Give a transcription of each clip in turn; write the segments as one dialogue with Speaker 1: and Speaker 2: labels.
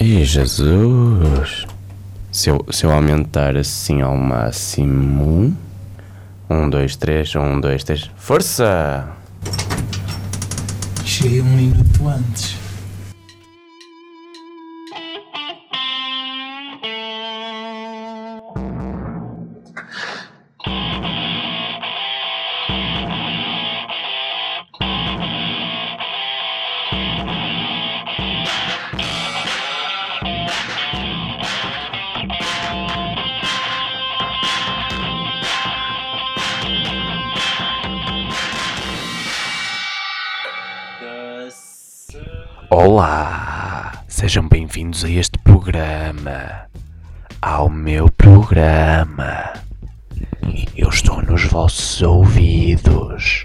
Speaker 1: Ei, Jesus! Se eu, se eu aumentar assim ao máximo. Um, dois, três, um, dois, três. Força!
Speaker 2: Cheguei um minuto antes.
Speaker 1: Olá! Sejam bem-vindos a este programa. Ao meu programa. Eu estou nos vossos ouvidos.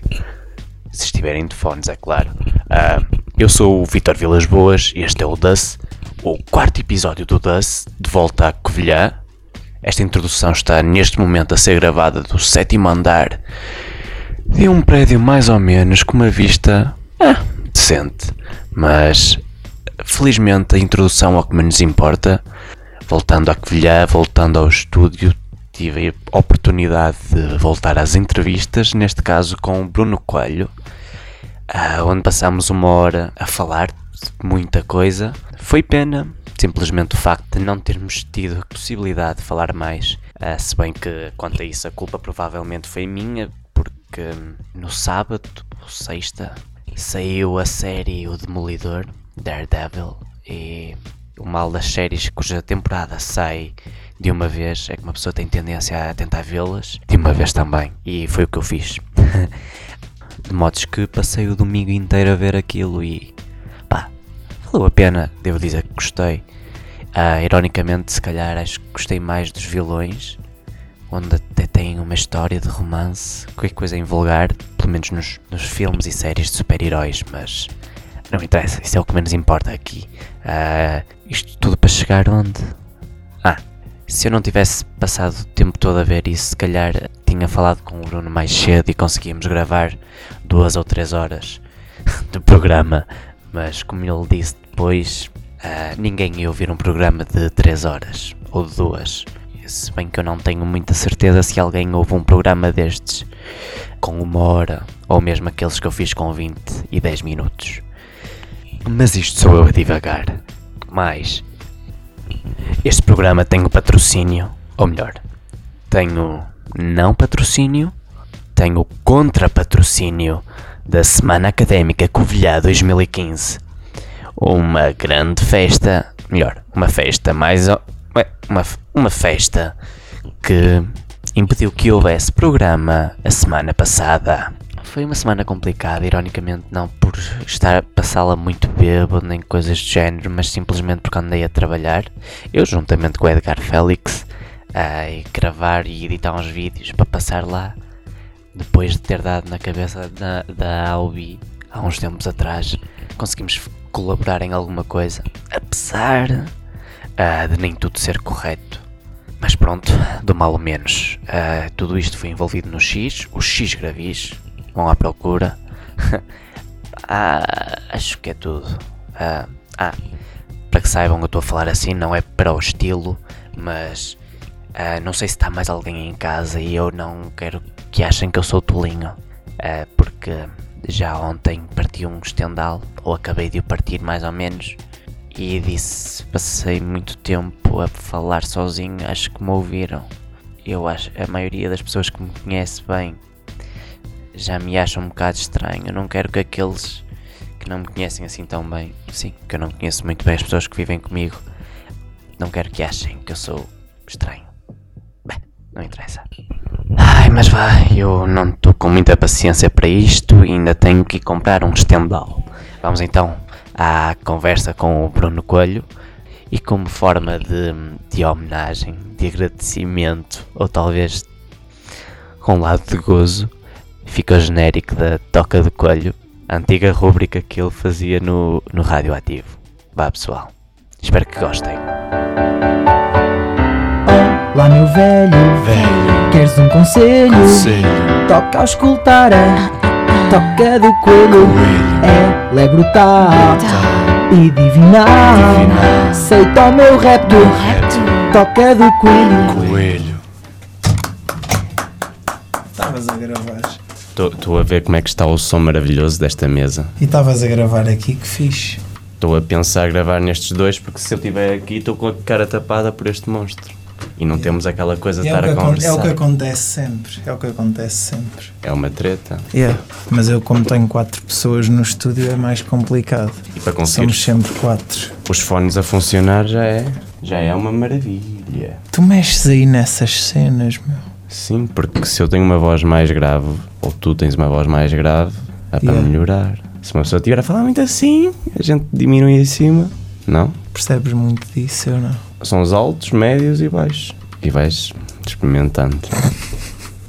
Speaker 1: Se estiverem de fones, é claro. Ah, eu sou o Vitor Vilas Boas e este é o Dust, o quarto episódio do Dust, de volta à Covilhã. Esta introdução está neste momento a ser gravada do sétimo andar de um prédio mais ou menos com uma vista ah, decente. Mas felizmente a introdução ao que menos importa. Voltando à Covilhã, voltando ao estúdio, tive a oportunidade de voltar às entrevistas, neste caso com o Bruno Coelho, ah, onde passámos uma hora a falar de muita coisa. Foi pena, simplesmente o facto de não termos tido a possibilidade de falar mais, Ah, se bem que quanto a isso a culpa provavelmente foi minha, porque hum, no sábado, ou sexta, saiu a série O Demolidor, Daredevil, e o mal das séries cuja temporada sai de uma vez é que uma pessoa tem tendência a tentar vê-las de uma vez também, e foi o que eu fiz. De modos que passei o domingo inteiro a ver aquilo e pá, valeu a pena, devo dizer que gostei. Ah, ironicamente, se calhar acho que gostei mais dos vilões, onde até tem uma história de romance, qualquer coisa em vulgar, pelo menos nos, nos filmes e séries de super-heróis, mas não interessa, isso é o que menos importa aqui. Ah, isto tudo para chegar onde? Ah, se eu não tivesse passado o tempo todo a ver isso, se calhar tinha falado com o Bruno mais cedo e conseguíamos gravar duas ou três horas de programa. Mas como ele disse depois, ah, ninguém ia ouvir um programa de três horas ou de duas. Se bem que eu não tenho muita certeza se alguém ouve um programa destes com uma hora, ou mesmo aqueles que eu fiz com 20 e 10 minutos. Mas isto sou eu a divagar. Mais, este programa tem o patrocínio, ou melhor, tenho não patrocínio, tenho o contra-patrocínio da Semana Académica Covilhã 2015. Uma grande festa, melhor, uma festa mais. o- ué, Uma, f- uma festa que impediu que houvesse programa a semana passada. Foi uma semana complicada, ironicamente, não por estar a passá-la muito bêbado nem coisas do género, mas simplesmente porque andei a trabalhar. Eu, juntamente com o Edgar Félix, a gravar e editar uns vídeos para passar lá, depois de ter dado na cabeça da, da Albi há uns tempos atrás, conseguimos colaborar em alguma coisa, apesar ah, de nem tudo ser correto. Mas pronto, do mal ao menos. Ah, tudo isto foi envolvido no X, o X Gravis. Vão à procura. ah, acho que é tudo. Ah, ah, para que saibam, eu estou a falar assim, não é para o estilo, mas ah, não sei se está mais alguém em casa e eu não quero que achem que eu sou tolinho, Ah, porque já ontem parti um estendal, ou acabei de o partir mais ou menos, e disse: Passei muito tempo a falar sozinho, acho que me ouviram. Eu acho, a maioria das pessoas que me conhece bem já me acham um bocado estranho. Eu não quero que aqueles que não me conhecem assim tão bem, sim, que eu não conheço muito bem as pessoas que vivem comigo, não quero que achem que eu sou estranho. Bem, não interessa. Ai, mas vá, eu não estou com muita paciência para isto e ainda tenho que ir comprar um estendal. Vamos então à conversa com o Bruno Coelho e como forma de, de homenagem, de agradecimento ou talvez com um lado de gozo, fica o genérico da Toca do Coelho, a antiga rúbrica que ele fazia no, no Rádio Ativo. Vá pessoal, espero que gostem.
Speaker 2: Lá meu velho,
Speaker 3: Velho,
Speaker 2: queres um conselho?
Speaker 3: conselho,
Speaker 2: Toca a escutar a toca do coelho.
Speaker 3: coelho,
Speaker 2: Ela é brutal, e divinal.
Speaker 1: Divinal.
Speaker 2: Aceita o meu repto, toca do coelho.
Speaker 1: Coelho.
Speaker 2: Estavas a gravar.
Speaker 3: Estou a ver como é que está o som maravilhoso desta mesa.
Speaker 2: E estavas a gravar aqui, que fixe.
Speaker 3: Estou a pensar gravar nestes dois porque se eu estiver aqui estou com a cara tapada por este monstro. E não temos aquela coisa de
Speaker 2: É o,
Speaker 3: estar
Speaker 2: que
Speaker 3: a
Speaker 2: acon- é o que
Speaker 3: conversar.
Speaker 2: acontece sempre. É o que acontece sempre.
Speaker 3: É uma treta.
Speaker 2: Mas eu, como tenho quatro pessoas no estúdio, é mais complicado.
Speaker 3: E para
Speaker 2: Somos
Speaker 3: conseguir
Speaker 2: sempre quatro.
Speaker 3: os fones a funcionar já é, já é uma maravilha.
Speaker 2: Tu mexes aí nessas cenas, meu.
Speaker 3: Sim, porque se eu tenho uma voz mais grave, ou tu tens uma voz mais grave, dá para
Speaker 2: Yeah.
Speaker 3: melhorar. Se uma pessoa estiver a falar muito assim, a gente diminui em cima. Não?
Speaker 2: Percebes muito disso, eu não?
Speaker 3: Sons altos, médios e baixos. E vais experimentando.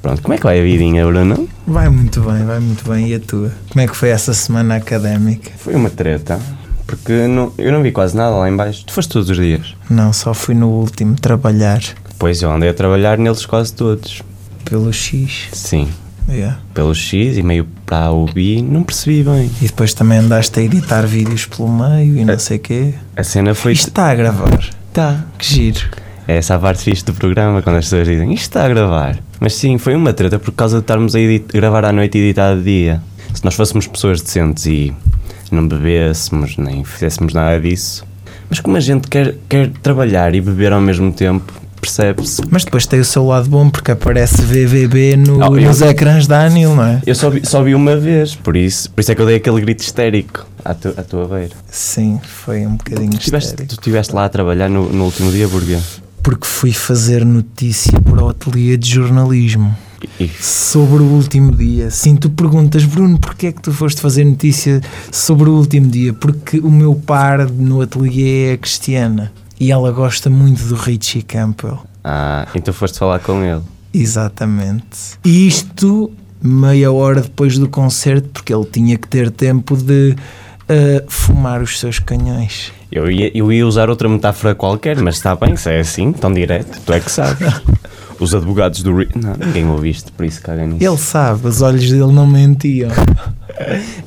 Speaker 3: Pronto, como é que vai a vidinha, Bruno?
Speaker 2: Vai muito bem, vai muito bem. E a tua? Como é que foi essa semana académica?
Speaker 3: Foi uma treta, porque não- eu não vi quase nada lá em baixo. Tu foste todos os dias.
Speaker 2: Não, só fui no último trabalhar
Speaker 3: Pois eu andei a trabalhar neles quase todos.
Speaker 2: pelo X.
Speaker 3: Sim,
Speaker 2: Yeah.
Speaker 3: pelo X e meio para o B, não percebi bem.
Speaker 2: E depois também andaste a editar vídeos pelo meio e
Speaker 3: É.
Speaker 2: não sei quê.
Speaker 3: A cena foi.
Speaker 2: Isto está a gravar.
Speaker 3: tá.
Speaker 2: Que giro.
Speaker 3: É essa a parte fixe do programa, quando as pessoas dizem isto está a gravar. Mas sim, foi uma treta por causa de estarmos a edit- gravar à noite e editar de dia. Se nós fôssemos pessoas decentes e não bebêssemos nem fizéssemos nada disso. Mas como a gente quer, quer trabalhar e beber ao mesmo tempo, percebe-se.
Speaker 2: Mas depois tem o seu lado bom porque aparece VVB no-
Speaker 3: Não, eu-
Speaker 2: nos ecrãs da Anil, não é?
Speaker 3: Eu só vi, só vi uma vez, por isso, por isso é que eu dei aquele grito histérico à, tu, à tua beira.
Speaker 2: Sim, foi um bocadinho
Speaker 3: Tu estiveste,
Speaker 2: histérico.
Speaker 3: tu estiveste lá a trabalhar no, no último dia, Burguê.
Speaker 2: Porque fui fazer notícia para o ateliê de jornalismo.
Speaker 3: E, e
Speaker 2: Sobre o último dia. Sim, tu perguntas, Bruno, porquê é que tu foste fazer notícia sobre o último dia? Porque o meu par no ateliê é a Cristiana e ela gosta muito do Richie Campbell.
Speaker 3: Ah, então foste falar com ele.
Speaker 2: Exatamente. E isto meia hora depois do concerto, porque ele tinha que ter tempo de uh, fumar os seus canhões.
Speaker 3: Eu ia, eu ia usar outra metáfora qualquer, mas está bem, se é assim, tão direto, tu é que sabes. Os advogados do Ri... Não, ninguém ouve isto, por isso caga nisso.
Speaker 2: Ele sabe, os olhos dele não mentiam.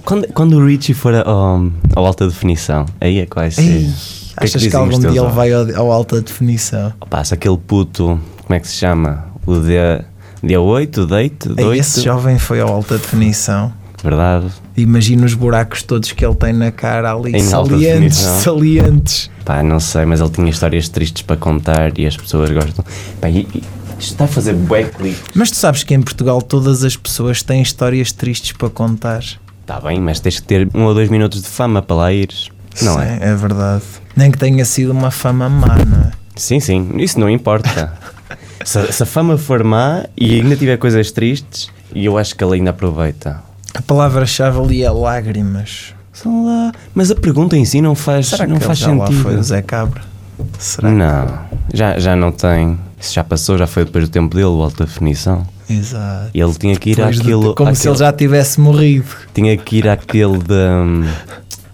Speaker 3: Quando, quando o Richie for a- ao- ao alta definição, aí é que vai ser.
Speaker 2: Ei,
Speaker 3: O é
Speaker 2: achas que,
Speaker 3: dizem os
Speaker 2: algum
Speaker 3: teus
Speaker 2: dia ele
Speaker 3: olhos?
Speaker 2: vai ao, ao alta definição?
Speaker 3: Opa, se aquele puto, como é que se chama? O D, D8, deito,
Speaker 2: Ei,
Speaker 3: doito.
Speaker 2: É Esse jovem foi ao alta definição.
Speaker 3: Verdade.
Speaker 2: Imagina os buracos todos que ele tem na cara ali,
Speaker 3: Em alta
Speaker 2: salientes,
Speaker 3: definição.
Speaker 2: salientes.
Speaker 3: Pá, não sei, mas ele tinha histórias tristes para contar e as pessoas gostam. Pá, e, e isto está a fazer bué clique.
Speaker 2: Mas tu sabes que em Portugal todas as pessoas têm histórias tristes para contar.
Speaker 3: Está bem, mas tens que ter um ou dois minutos de fama para lá ires. Não é?
Speaker 2: Sim, É verdade. Nem que tenha sido uma fama má, não é?
Speaker 3: Sim, sim, isso não importa. se, se a fama for má e ainda tiver coisas tristes, e eu acho que ele ainda aproveita.
Speaker 2: A palavra-chave ali é lágrimas.
Speaker 3: São lá. Mas a pergunta em si não faz, não
Speaker 2: ele
Speaker 3: faz
Speaker 2: já lá foi o
Speaker 3: sentido.
Speaker 2: Zé Cabra? Será?
Speaker 3: Não, já, já não tem. Isso já passou, já foi depois do tempo dele, o alta definição.
Speaker 2: Exato.
Speaker 3: Ele tinha que ir
Speaker 2: Depois do-
Speaker 3: àquilo.
Speaker 2: como se
Speaker 3: àquele-
Speaker 2: ele já tivesse morrido.
Speaker 3: Tinha que ir àquele de. hum,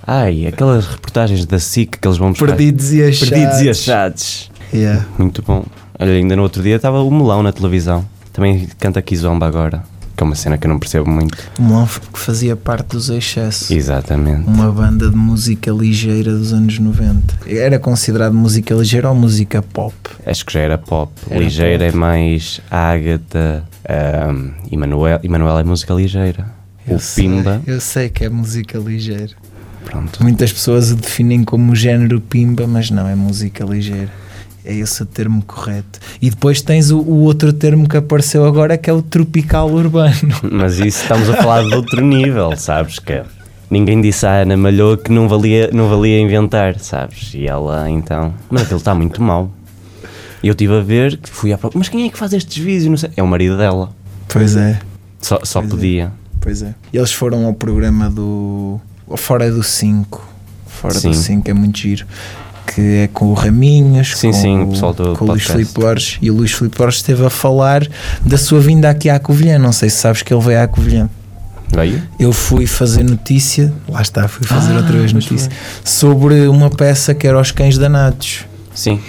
Speaker 3: ai, aquelas reportagens da SIC que eles vão buscar.
Speaker 2: Perdidos e achados.
Speaker 3: Perdidos e achados.
Speaker 2: Yeah.
Speaker 3: Muito bom. Olha, ainda no outro dia estava o Melão na televisão. Também canta aqui Zomba agora. Que é uma cena que eu não percebo muito.
Speaker 2: O Um Monf que fazia parte dos excessos.
Speaker 3: Exatamente.
Speaker 2: Uma banda de música ligeira dos anos 90. Era considerado música ligeira ou música pop?
Speaker 3: Acho que já era pop.
Speaker 2: Era
Speaker 3: ligeira é mais Ágata. ahm, Emanuel. Emanuel é música ligeira.
Speaker 2: Eu
Speaker 3: o
Speaker 2: sei-
Speaker 3: Pimba.
Speaker 2: eu sei que é música ligeira.
Speaker 3: Pronto.
Speaker 2: Muitas pessoas o definem como o género pimba, mas não, é música ligeira. É esse o termo correto. E depois tens o, o outro termo que apareceu agora que é o tropical urbano.
Speaker 3: Mas isso estamos a falar de outro nível, sabes? Que ninguém disse à Ana Malhoa que não valia, não valia inventar, sabes? E ela então. Mas aquilo está muito mal. E eu estive a ver, fui à procura. Mas quem é que faz estes vídeos? Não sei. É o marido dela.
Speaker 2: Pois é,
Speaker 3: Só, só
Speaker 2: Pois é.
Speaker 3: podia.
Speaker 2: pois é. Eles foram ao programa do ao Fora do 5. Fora
Speaker 3: Sim.
Speaker 2: do 5 é muito giro. Que é com o Raminhos,
Speaker 3: Sim,
Speaker 2: com,
Speaker 3: sim,
Speaker 2: o-
Speaker 3: o pessoal do
Speaker 2: com o Luís
Speaker 3: podcast.
Speaker 2: Filipe Borges. E o Luís Filipe Borges esteve a falar da sua vinda aqui à Covilhã. Não sei se sabes que ele veio à Covilhã.
Speaker 3: é. Veio?
Speaker 2: Eu fui fazer notícia, lá está, fui fazer
Speaker 3: Ah,
Speaker 2: outra vez
Speaker 3: pois
Speaker 2: notícia, sobre uma peça que era Os Cães Danados,
Speaker 3: Sim.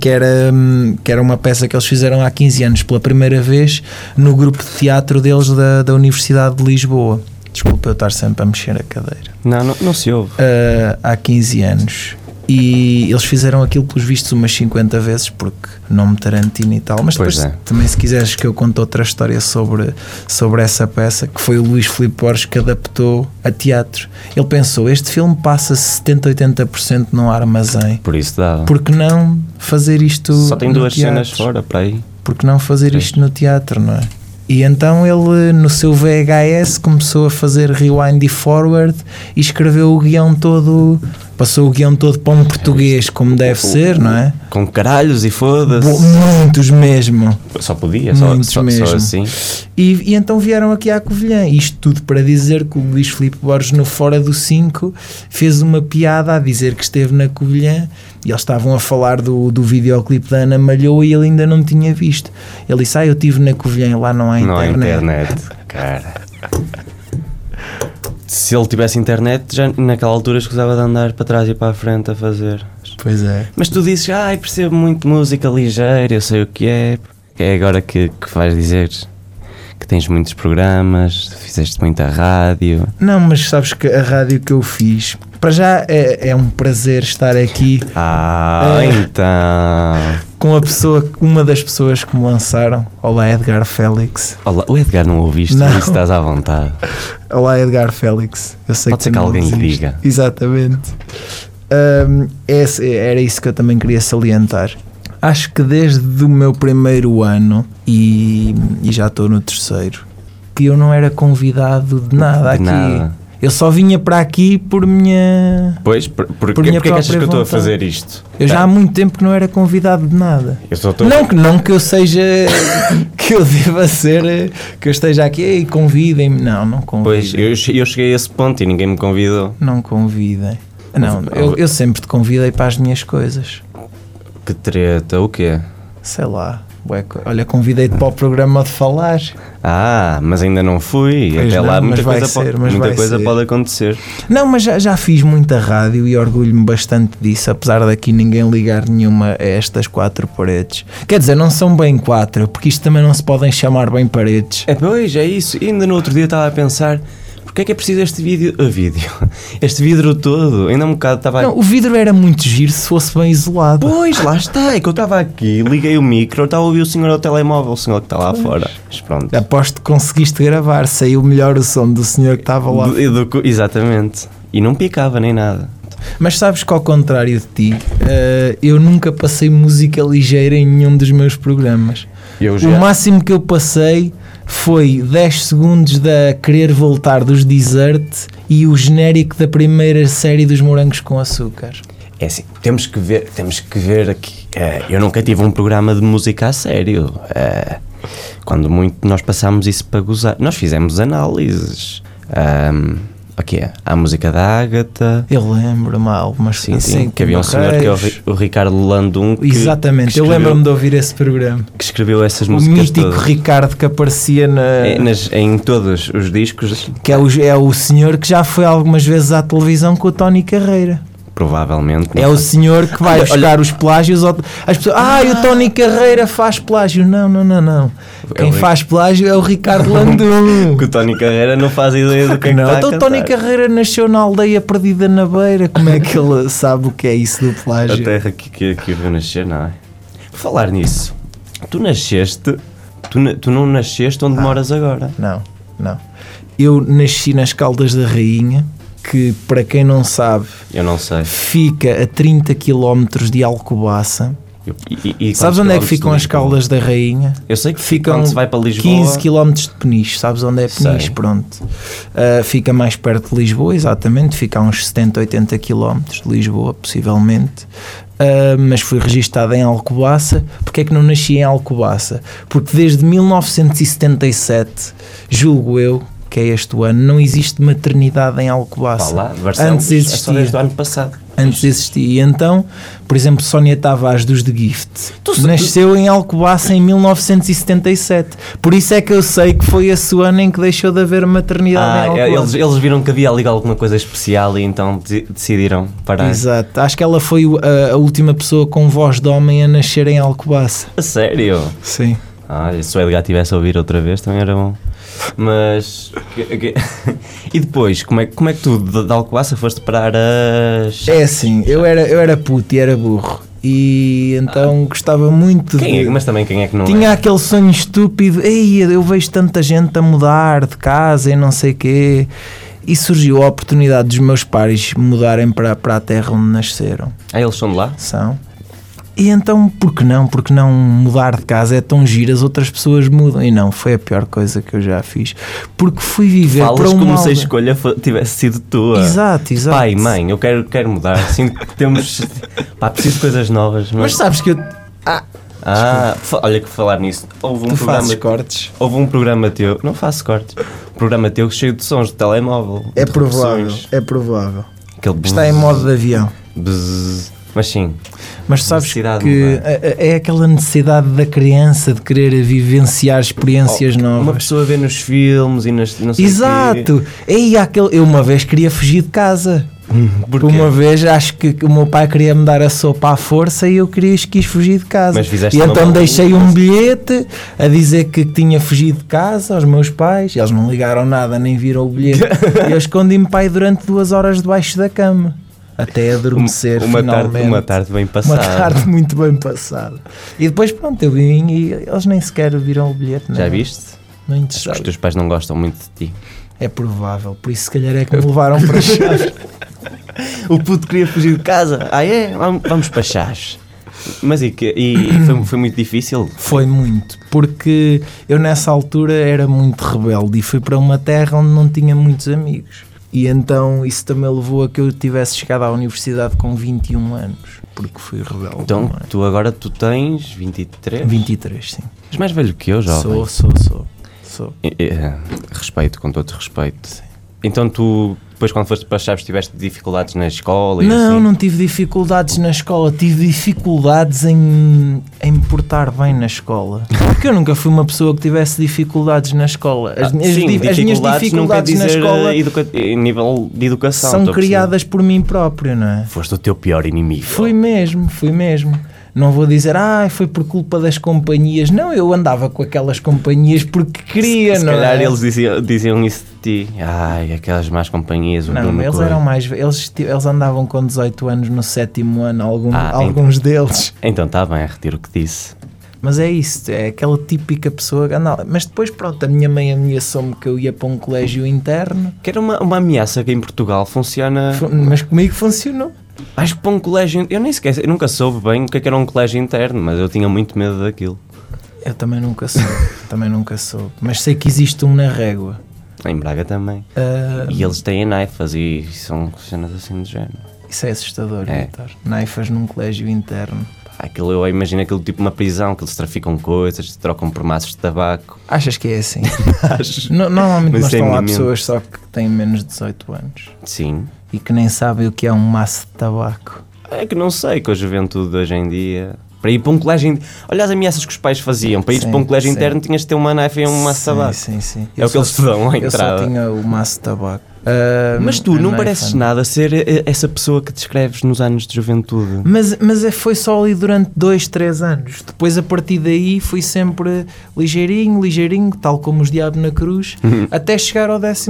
Speaker 2: que era, hum, que era uma peça que eles fizeram há 15 anos pela primeira vez no grupo de teatro deles da, da Universidade de Lisboa. Desculpa eu estar sempre a mexer a cadeira.
Speaker 3: Não, não, não se ouve.
Speaker 2: Ah, há 15 anos. E eles fizeram aquilo pelos vistos umas 50 vezes, porque nome Tarantino e tal. Mas
Speaker 3: Pois
Speaker 2: depois,
Speaker 3: é.
Speaker 2: também, se quiseres que eu conte outra história sobre, sobre essa peça, que foi o Luís Filipe Borges que adaptou a teatro. Ele pensou: este filme passa 70%, 80% num armazém.
Speaker 3: Por isso dá.
Speaker 2: Por que não fazer isto
Speaker 3: Só tem
Speaker 2: no
Speaker 3: duas
Speaker 2: teatro?
Speaker 3: cenas fora para aí.
Speaker 2: porque não fazer
Speaker 3: Sim.
Speaker 2: isto no teatro, não é? E então ele, no seu VHS, começou a fazer rewind e forward e escreveu o guião todo, passou o guião todo para
Speaker 3: É,
Speaker 2: um português, como deve ser, não é?
Speaker 3: Com caralhos e
Speaker 2: Bo-
Speaker 3: foda-se.
Speaker 2: Muitos mesmo.
Speaker 3: Só podia, só,
Speaker 2: Muitos
Speaker 3: só,
Speaker 2: mesmo.
Speaker 3: só assim.
Speaker 2: E, e então vieram aqui à Covilhã. Isto tudo para dizer que o Luís Filipe Borges, no Fora do 5, fez uma piada a dizer que esteve na Covilhã e eles estavam a falar do, do videoclipe da Ana Malhoa e ele ainda não tinha visto. Ele disse: Ah, eu estive na Covilhã e lá não há
Speaker 3: Não há
Speaker 2: internet.
Speaker 3: internet, cara. Se ele tivesse internet, já naquela altura escusava de andar para trás e para a frente a fazer.
Speaker 2: Pois é.
Speaker 3: Mas tu dizes, ai, percebo muito música ligeira, eu sei o que é. É agora que, que vais dizer que tens muitos programas, fizeste muita rádio.
Speaker 2: Não, mas sabes que a rádio que eu fiz, para já é, é um prazer estar aqui
Speaker 3: Ah,
Speaker 2: É.
Speaker 3: então.
Speaker 2: com a pessoa, uma das pessoas que me lançaram. Olá, Edgar Félix.
Speaker 3: Olá, o Edgar não ouviste,
Speaker 2: Não.
Speaker 3: por isso estás à vontade.
Speaker 2: Olá, Edgar Félix. Eu sei
Speaker 3: Pode ser
Speaker 2: tu
Speaker 3: que
Speaker 2: não
Speaker 3: alguém lhe
Speaker 2: dizes.
Speaker 3: diga.
Speaker 2: Exatamente. Ahm, esse- era isso que eu também queria salientar. Acho que desde o meu primeiro ano, e, e já estou no terceiro, que eu não era convidado de nada
Speaker 3: De
Speaker 2: aqui.
Speaker 3: nada.
Speaker 2: Eu só vinha para aqui por minha.
Speaker 3: Pois, por, por,
Speaker 2: Por minha
Speaker 3: porque é que achas que eu
Speaker 2: própria
Speaker 3: estou a
Speaker 2: vontade.
Speaker 3: fazer isto?
Speaker 2: Eu já há
Speaker 3: Tá,
Speaker 2: muito tempo que não era convidado de nada.
Speaker 3: eu só estou.
Speaker 2: Não que, não que eu seja. que eu deva ser. eh, que eu esteja aqui e convidem-me. Não, não
Speaker 3: Pois,
Speaker 2: convidem.
Speaker 3: eu, che- eu cheguei a esse ponto e ninguém me convidou.
Speaker 2: Não convidem. Não,
Speaker 3: oh,
Speaker 2: eu, eu sempre te convidei para as minhas coisas.
Speaker 3: Que treta, o quê?
Speaker 2: Sei lá. bué co- Olha, convidei-te para o programa de falar.
Speaker 3: Ah, mas ainda não fui.
Speaker 2: Pois
Speaker 3: Até lá
Speaker 2: não,
Speaker 3: muita
Speaker 2: mas vai
Speaker 3: coisa,
Speaker 2: ser,
Speaker 3: po-
Speaker 2: mas
Speaker 3: muita
Speaker 2: vai
Speaker 3: coisa
Speaker 2: ser.
Speaker 3: pode acontecer.
Speaker 2: Não, mas já, já fiz muita rádio e orgulho-me bastante disso, apesar daqui ninguém ligar nenhuma a estas quatro paredes. Quer dizer, não são bem quatro, porque isto também não se podem chamar bem paredes.
Speaker 3: É, pois, é isso. E ainda no outro dia estava a pensar, porque é que é preciso este vídeo, ah, vídeo, este vidro todo? Ainda um bocado estava
Speaker 2: Não, o vidro era muito giro se fosse bem isolado.
Speaker 3: Pois, lá está, é que eu estava aqui, liguei o micro, estava a ouvir o senhor ao telemóvel, o senhor que está lá fora. Mas pronto.
Speaker 2: Aposto que conseguiste gravar, saiu melhor o som do senhor que estava lá.
Speaker 3: Do- do cu- exatamente. E não picava nem nada.
Speaker 2: Mas sabes que, ao contrário de ti, eh, eu nunca passei música ligeira em nenhum dos meus programas.
Speaker 3: Eu
Speaker 2: O máximo que eu passei foi 10 segundos da Querer Voltar dos Desert e o genérico da primeira série dos Morangos com Açúcar.
Speaker 3: É assim, temos que ver, temos que ver aqui. eh, eu nunca tive um programa de música a sério. eh, quando muito nós passámos isso para gozar. Nós fizemos análises. ahm, o que é? A música da Ágata.
Speaker 2: Eu lembro-me assim mal, mas
Speaker 3: Sim, sim, que havia um senhor que é o, Ri- o Ricardo Landum que,
Speaker 2: Exatamente,
Speaker 3: que
Speaker 2: eu
Speaker 3: escreveu-
Speaker 2: lembro-me de ouvir esse programa.
Speaker 3: que escreveu essas
Speaker 2: O
Speaker 3: músicas
Speaker 2: mítico
Speaker 3: todas.
Speaker 2: Ricardo que aparecia na.
Speaker 3: É, nas- em todos os discos,
Speaker 2: Que é o, é o senhor que já foi algumas vezes à televisão com o Tony Carreira.
Speaker 3: provavelmente. não
Speaker 2: É o
Speaker 3: sei.
Speaker 2: senhor que vai
Speaker 3: Olha,
Speaker 2: buscar os plágios. ao- As pessoas, ah, e o Tony Carreira faz plágio. Não, não, não, não.
Speaker 3: É
Speaker 2: Quem
Speaker 3: o-
Speaker 2: faz plágio é o Ricardo Landum.
Speaker 3: que o Tony Carreira não faz ideia do que é que
Speaker 2: não,
Speaker 3: está a
Speaker 2: então o Tony
Speaker 3: cantar.
Speaker 2: Carreira nasceu na aldeia perdida na beira. Como é que ele sabe o que é isso do
Speaker 3: A
Speaker 2: plágio?
Speaker 3: terra que, que, que eu vou nascer, não é? Por Falar nisso, tu nasceste, tu, na- tu não nasceste
Speaker 2: Ah.
Speaker 3: onde moras agora.
Speaker 2: Não, não. Eu nasci nas Caldas da Rainha, que para quem não sabe,
Speaker 3: Eu não sei.
Speaker 2: fica a 30 km de Alcobaça.
Speaker 3: Eu- e- e- e
Speaker 2: Sabes
Speaker 3: quantos
Speaker 2: onde é que
Speaker 3: quilómetros
Speaker 2: ficam
Speaker 3: de
Speaker 2: as
Speaker 3: Lisboa?
Speaker 2: Caldas da Rainha?
Speaker 3: Eu sei que ficam
Speaker 2: Ficam
Speaker 3: quando se vai para Lisboa.
Speaker 2: 15 km de Peniche, sabes onde é Peniche?
Speaker 3: Sei.
Speaker 2: Pronto. Uh, fica mais perto de Lisboa, exatamente, fica a uns 70, 80 km de Lisboa, possivelmente. Uh, mas fui registado em Alcobaça. Porquê é que não nasci em Alcobaça? Porque desde 1977, julgo eu, que é este o ano, não existe maternidade em
Speaker 3: Pá
Speaker 2: Alcobaça.
Speaker 3: lá, Barcelos,
Speaker 2: Antes existia.
Speaker 3: É só desde o ano passado.
Speaker 2: Antes existia. E então, por exemplo, Sónia Tavares dos The Gift
Speaker 3: Tu sa-
Speaker 2: nasceu em Alcobaça em 1977. Por isso é que eu sei que foi esse o ano em que deixou de haver
Speaker 3: Ah,
Speaker 2: maternidade em
Speaker 3: é, eles,
Speaker 2: Alcobaça.
Speaker 3: eles viram que havia ali alguma coisa especial e então de- decidiram parar.
Speaker 2: Exato. Acho que ela foi o- a, a última pessoa com voz de homem a nascer em Alcobaça.
Speaker 3: A sério?
Speaker 2: Sim.
Speaker 3: Ah, se o Edgar tivesse a ouvir outra vez também era bom. Mas. que- que- e depois, como é, como é que tu de, de Alcobaça foste parar a. Chaves?
Speaker 2: É assim, eu era, eu era puto e era burro. E então gostava muito
Speaker 3: Quem é?
Speaker 2: de.
Speaker 3: Mas também quem é que não
Speaker 2: Tinha
Speaker 3: é?
Speaker 2: aquele sonho estúpido, ei, eu vejo tanta gente a mudar de casa e não sei quê. E surgiu a oportunidade dos meus pais mudarem para, para a terra onde nasceram.
Speaker 3: Ah, eles são de lá?
Speaker 2: São. E então, por que não? Por que não mudar de casa? É tão giro, as outras pessoas mudam. E não, foi a pior coisa que eu já fiz. Porque fui viver É, para
Speaker 3: Falas
Speaker 2: uma
Speaker 3: como se a
Speaker 2: aldeia-
Speaker 3: escolha fo- tivesse sido tua.
Speaker 2: Exato, exato.
Speaker 3: Pai, mãe, eu quero, quero mudar. Sinto que temos. Pá, preciso de coisas novas.
Speaker 2: Mas
Speaker 3: Mas.
Speaker 2: sabes que eu...
Speaker 3: ah, fa- olha que falar nisso. Houve um
Speaker 2: tu
Speaker 3: programa.
Speaker 2: fazes cortes.
Speaker 3: Houve um programa teu, não faço cortes, um programa teu cheio de sons de telemóvel.
Speaker 2: É
Speaker 3: de
Speaker 2: provável,
Speaker 3: interrupções,
Speaker 2: é provável.
Speaker 3: Aquele buzz,
Speaker 2: Está em modo de avião.
Speaker 3: buzz. Mas sim,
Speaker 2: Mas sabes que
Speaker 3: Necessidade de mudar.
Speaker 2: é, é aquela necessidade da criança de querer vivenciar experiências
Speaker 3: Oh, uma
Speaker 2: novas.
Speaker 3: pessoa vê nos filmes e nas, não sei o quê.
Speaker 2: Exato! E aquele, eu uma vez queria fugir de casa.
Speaker 3: Porquê?
Speaker 2: Uma vez acho que o meu pai queria me dar a sopa à força e eu queria quis fugir de casa.
Speaker 3: Mas fizeste
Speaker 2: e
Speaker 3: uma
Speaker 2: então
Speaker 3: maluca.
Speaker 2: deixei um bilhete a dizer que tinha fugido de casa aos meus pais. Eles não ligaram nada, nem viram o bilhete. E eu escondi-me pai durante duas horas debaixo da cama. Até
Speaker 3: Um-
Speaker 2: adormecer
Speaker 3: uma
Speaker 2: finalmente.
Speaker 3: tarde, uma tarde bem
Speaker 2: Uma
Speaker 3: passada.
Speaker 2: tarde muito bem passada. E depois, pronto, eu vim e eles nem sequer viram o bilhete, não é?
Speaker 3: Já viste?
Speaker 2: Não
Speaker 3: Os
Speaker 2: interessaram.
Speaker 3: teus pais não gostam muito de ti.
Speaker 2: É provável, por isso, se calhar, é que me levaram para Chaves.
Speaker 3: O puto queria fugir de casa. Ah é? Vamos vamos para chás. Mas e, que- e foi, foi muito difícil?
Speaker 2: Foi muito, porque eu nessa altura era muito rebelde e fui para uma terra onde não tinha muitos amigos. E então isso também levou a que eu tivesse chegado à universidade com 21 anos, porque fui rebelde.
Speaker 3: Então,
Speaker 2: não é?
Speaker 3: tu agora tu tens 23?
Speaker 2: 23, sim.
Speaker 3: És mais velho que eu, jovem.
Speaker 2: Sou, sou, sou. Sou.
Speaker 3: É, é, Respeito, com todo respeito. Então tu, depois quando foste para as Chaves, tiveste dificuldades na escola e
Speaker 2: Não,
Speaker 3: assim?
Speaker 2: não tive dificuldades na escola, tive dificuldades em, em me portar bem na escola. Porque eu nunca fui uma pessoa que tivesse dificuldades na escola. As,
Speaker 3: Ah,
Speaker 2: minhas
Speaker 3: sim,
Speaker 2: dif- as minhas
Speaker 3: não quer
Speaker 2: dificuldades na
Speaker 3: dizer,
Speaker 2: escola
Speaker 3: eh, educa- eh, nível de educação.
Speaker 2: são
Speaker 3: estou a perceber.
Speaker 2: criadas por mim próprio, não é?
Speaker 3: Foste o teu pior inimigo.
Speaker 2: Fui mesmo, fui mesmo. Não vou dizer, ah, foi por culpa das companhias. Não, eu andava com aquelas companhias porque queria,
Speaker 3: Se, se
Speaker 2: não
Speaker 3: calhar
Speaker 2: é?
Speaker 3: eles diziam, diziam isso de ti. Ai, aquelas más companhias. o
Speaker 2: Não,
Speaker 3: Bruno
Speaker 2: eles
Speaker 3: Coelho.
Speaker 2: eram mais. ve- Eles, ti- eles andavam com 18 anos no sétimo ano, algum-
Speaker 3: Ah,
Speaker 2: alguns deles.
Speaker 3: Então está bem, retiro o que disse.
Speaker 2: Mas é isso, é aquela típica pessoa. que anda lá. Mas depois, pronto, a minha mãe ameaçou-me que eu ia para um colégio interno,
Speaker 3: Que era uma, uma ameaça que em Portugal funciona.
Speaker 2: fu- mas comigo funcionou.
Speaker 3: Acho que para um colégio. Eu nem sequer. Eu nunca soube bem o que é que era um colégio interno, mas eu tinha muito medo daquilo.
Speaker 2: Eu também nunca soube, também nunca soube. Mas sei que existe um na régua.
Speaker 3: Em Braga também.
Speaker 2: Ah,
Speaker 3: E eles têm naifas e são cenas assim do género.
Speaker 2: isso é assustador,
Speaker 3: É.
Speaker 2: Vitor. Naifas num colégio interno.
Speaker 3: Pá, Aquilo, eu imagino aquilo tipo uma prisão, que eles traficam coisas, trocam por maços de tabaco.
Speaker 2: Achas que é assim? No- normalmente
Speaker 3: Mas
Speaker 2: nós
Speaker 3: é
Speaker 2: estão lá
Speaker 3: imenso.
Speaker 2: pessoas só que têm menos de 18 anos
Speaker 3: Sim.
Speaker 2: e que nem sabem o que é um maço de tabaco.
Speaker 3: É que não sei, com a juventude de hoje em dia. Para ir para um colégio. in- Olha as ameaças que os pais faziam. Para ir
Speaker 2: Sim,
Speaker 3: para um colégio
Speaker 2: sim.
Speaker 3: interno tinhas de ter uma naifa e um maço de
Speaker 2: Sim,
Speaker 3: tabaco.
Speaker 2: Sim, sim.
Speaker 3: É o que eles te dão à
Speaker 2: Eu só
Speaker 3: entrada.
Speaker 2: tinha o maço de tabaco. Ah,
Speaker 3: Mas tu
Speaker 2: a
Speaker 3: não
Speaker 2: naifa
Speaker 3: pareces
Speaker 2: não.
Speaker 3: nada ser eh, essa pessoa que descreves nos anos de juventude.
Speaker 2: Mas, mas é- foi só ali durante dois, três anos. Depois, a partir daí, fui sempre ligeirinho, ligeirinho, tal como os Diabo na Cruz,
Speaker 3: Uhum.
Speaker 2: até chegar ao 12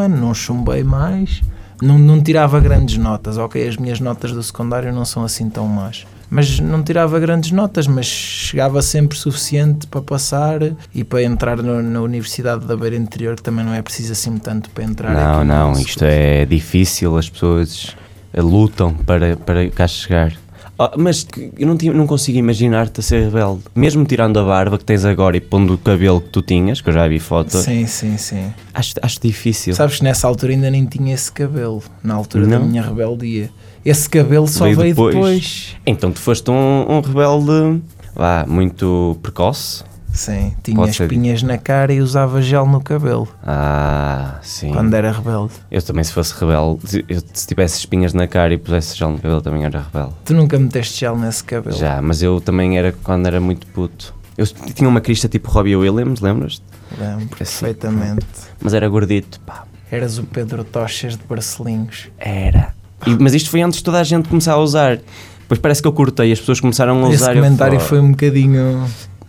Speaker 2: ano. Não chumbei mais, não, não tirava grandes notas. Ok, as minhas notas do secundário não são assim tão más. Mas não tirava grandes notas, mas chegava sempre suficiente para passar e para entrar no- na Universidade da Beira Interior, que também não é preciso assim tanto para entrar.
Speaker 3: Não,
Speaker 2: aqui no
Speaker 3: não,
Speaker 2: nosso-
Speaker 3: isto é difícil, as pessoas eh, lutam para, para cá chegar. Ah, mas que- eu não, tinha- não consigo imaginar-te a ser rebelde. Mesmo tirando a barba que tens agora e pondo o cabelo que tu tinhas, que eu já vi foto,
Speaker 2: Sim, sim, sim.
Speaker 3: acho, acho difícil.
Speaker 2: Sabes que nessa altura ainda nem tinha esse cabelo, na altura da
Speaker 3: Não?
Speaker 2: minha rebeldia. Esse cabelo só veio,
Speaker 3: Veio
Speaker 2: depois.
Speaker 3: depois. Então tu foste um, um rebelde, vá, muito precoce.
Speaker 2: Sim, tinha
Speaker 3: Pode ser.
Speaker 2: espinhas na cara e usava gel no cabelo
Speaker 3: Ah, sim.
Speaker 2: quando é- era rebelde.
Speaker 3: Eu também se fosse rebelde, se- eu, se tivesse espinhas na cara e pusesse gel no cabelo também era rebelde.
Speaker 2: Tu nunca meteste gel nesse cabelo.
Speaker 3: Já, mas eu também era quando era muito puto. Eu tinha uma crista tipo Robbie Williams, lembras-te?
Speaker 2: Lembro
Speaker 3: Assim.
Speaker 2: perfeitamente.
Speaker 3: Mas era gordito, pá.
Speaker 2: Eras o Pedro Tochas de Barcelinhos.
Speaker 3: Era. E- mas isto foi antes de toda a gente começar a usar. Depois parece que eu cortei, as pessoas começaram a
Speaker 2: Esse
Speaker 3: usar. eu
Speaker 2: comentário
Speaker 3: falo,
Speaker 2: foi um bocadinho.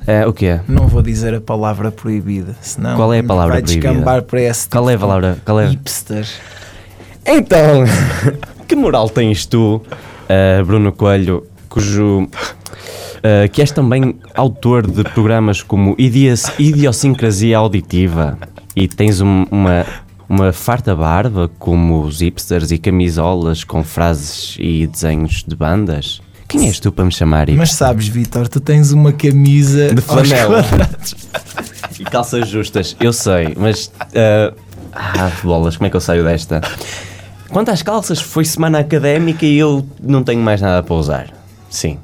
Speaker 3: É, o quê?
Speaker 2: Não vou dizer a palavra proibida, senão
Speaker 3: Qual é a palavra
Speaker 2: vai descambar para esse
Speaker 3: Qual é a palavra? Qual é?
Speaker 2: hipster.
Speaker 3: Então, que moral tens tu, eh, Bruno Coelho, cujo. eh, que és também autor de programas como Idias- Idiosincrasia Auditiva e tens um- uma, uma farta barba, como os hipsters e camisolas com frases e desenhos de bandas. Quem és tu para me chamar hipster?
Speaker 2: Mas sabes, Vitor, tu tens uma camisa
Speaker 3: De
Speaker 2: aos
Speaker 3: flanela.
Speaker 2: quadrados.
Speaker 3: E calças justas, eu sei, mas. ah, ah, bolas, como é que eu saio desta? Quanto às calças, foi semana académica e eu não tenho mais nada para usar. Sim.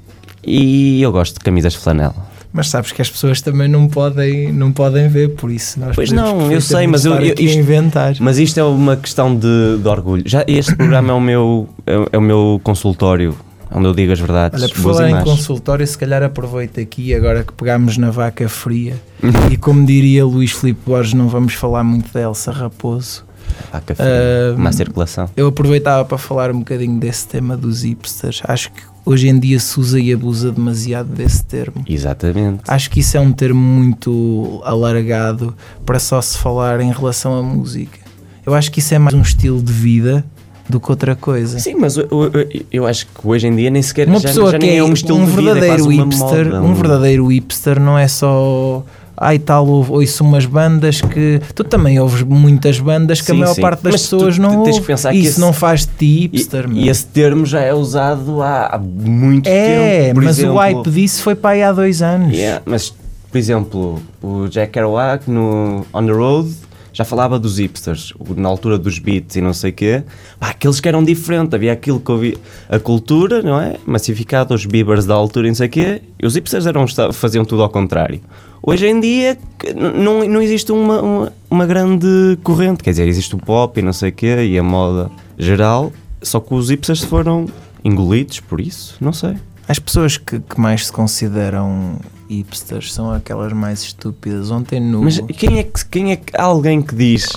Speaker 3: E eu gosto de camisas de flanela.
Speaker 2: Mas sabes que as pessoas também não podem, não podem ver, por isso nós
Speaker 3: Pois
Speaker 2: podemos
Speaker 3: não, eu sei,
Speaker 2: perfeitamente
Speaker 3: mas eu-
Speaker 2: estar
Speaker 3: eu-
Speaker 2: aqui a
Speaker 3: isto-
Speaker 2: inventar.
Speaker 3: Mas isto é uma questão de, de orgulho. Já este programa é o meu, é, é o meu consultório, onde eu digo as verdades.
Speaker 2: Olha, por
Speaker 3: boas
Speaker 2: falar
Speaker 3: e
Speaker 2: em
Speaker 3: más.
Speaker 2: consultório, se calhar aproveito aqui agora que pegámos na vaca fria
Speaker 3: Uhum.
Speaker 2: e como diria Luís Filipe Borges, não vamos falar muito da Elsa Raposo.
Speaker 3: Ah, café,
Speaker 2: Ah,
Speaker 3: má circulação.
Speaker 2: Eu aproveitava para falar um bocadinho desse tema dos hipsters. Acho que hoje em dia se usa e abusa demasiado desse termo.
Speaker 3: Exatamente.
Speaker 2: Acho que isso é um termo muito alargado para só se falar em relação à música. Eu acho que isso é mais um estilo de vida do que outra coisa.
Speaker 3: Sim, mas eu, eu- eu acho que hoje em dia nem sequer
Speaker 2: uma
Speaker 3: já-
Speaker 2: pessoa
Speaker 3: já
Speaker 2: que
Speaker 3: nem
Speaker 2: é,
Speaker 3: um estilo de vida, é
Speaker 2: verdadeiro
Speaker 3: quase uma
Speaker 2: hipster,
Speaker 3: moda,
Speaker 2: um verdadeiro hipster não é só ai tal ou- ouço umas bandas que tu também ouves muitas bandas que
Speaker 3: Sim,
Speaker 2: a maior
Speaker 3: sim.
Speaker 2: parte das
Speaker 3: Mas tu
Speaker 2: pessoas não
Speaker 3: tens que
Speaker 2: ouve.
Speaker 3: pensar que
Speaker 2: isso
Speaker 3: esse-
Speaker 2: não faz de ti hipster,
Speaker 3: E,
Speaker 2: meu.
Speaker 3: e esse termo já é usado há, há muito tempo.
Speaker 2: é,
Speaker 3: por
Speaker 2: mas
Speaker 3: exemplo.
Speaker 2: o hype disso foi para aí há dois anos.
Speaker 3: Yeah, mas, por exemplo, o Jack Kerouac no On the Road já falava dos hipsters, o- na altura dos beats e não sei o quê. Pá, aqueles que eram diferentes, havia aquilo que havia, a cultura, não é? Massificada, os beavers da altura e não sei o quê. E os hipsters eram, esta- faziam tudo ao contrário. Hoje em dia que n- não, não existe uma, uma, uma grande corrente, quer dizer, existe o pop e não sei o quê e a moda geral, só que os hipsters foram engolidos por isso, não sei.
Speaker 2: As pessoas que, que mais se consideram hipsters são aquelas mais estúpidas. Ontem no
Speaker 3: Mas quem é que, quem é que há alguém que diz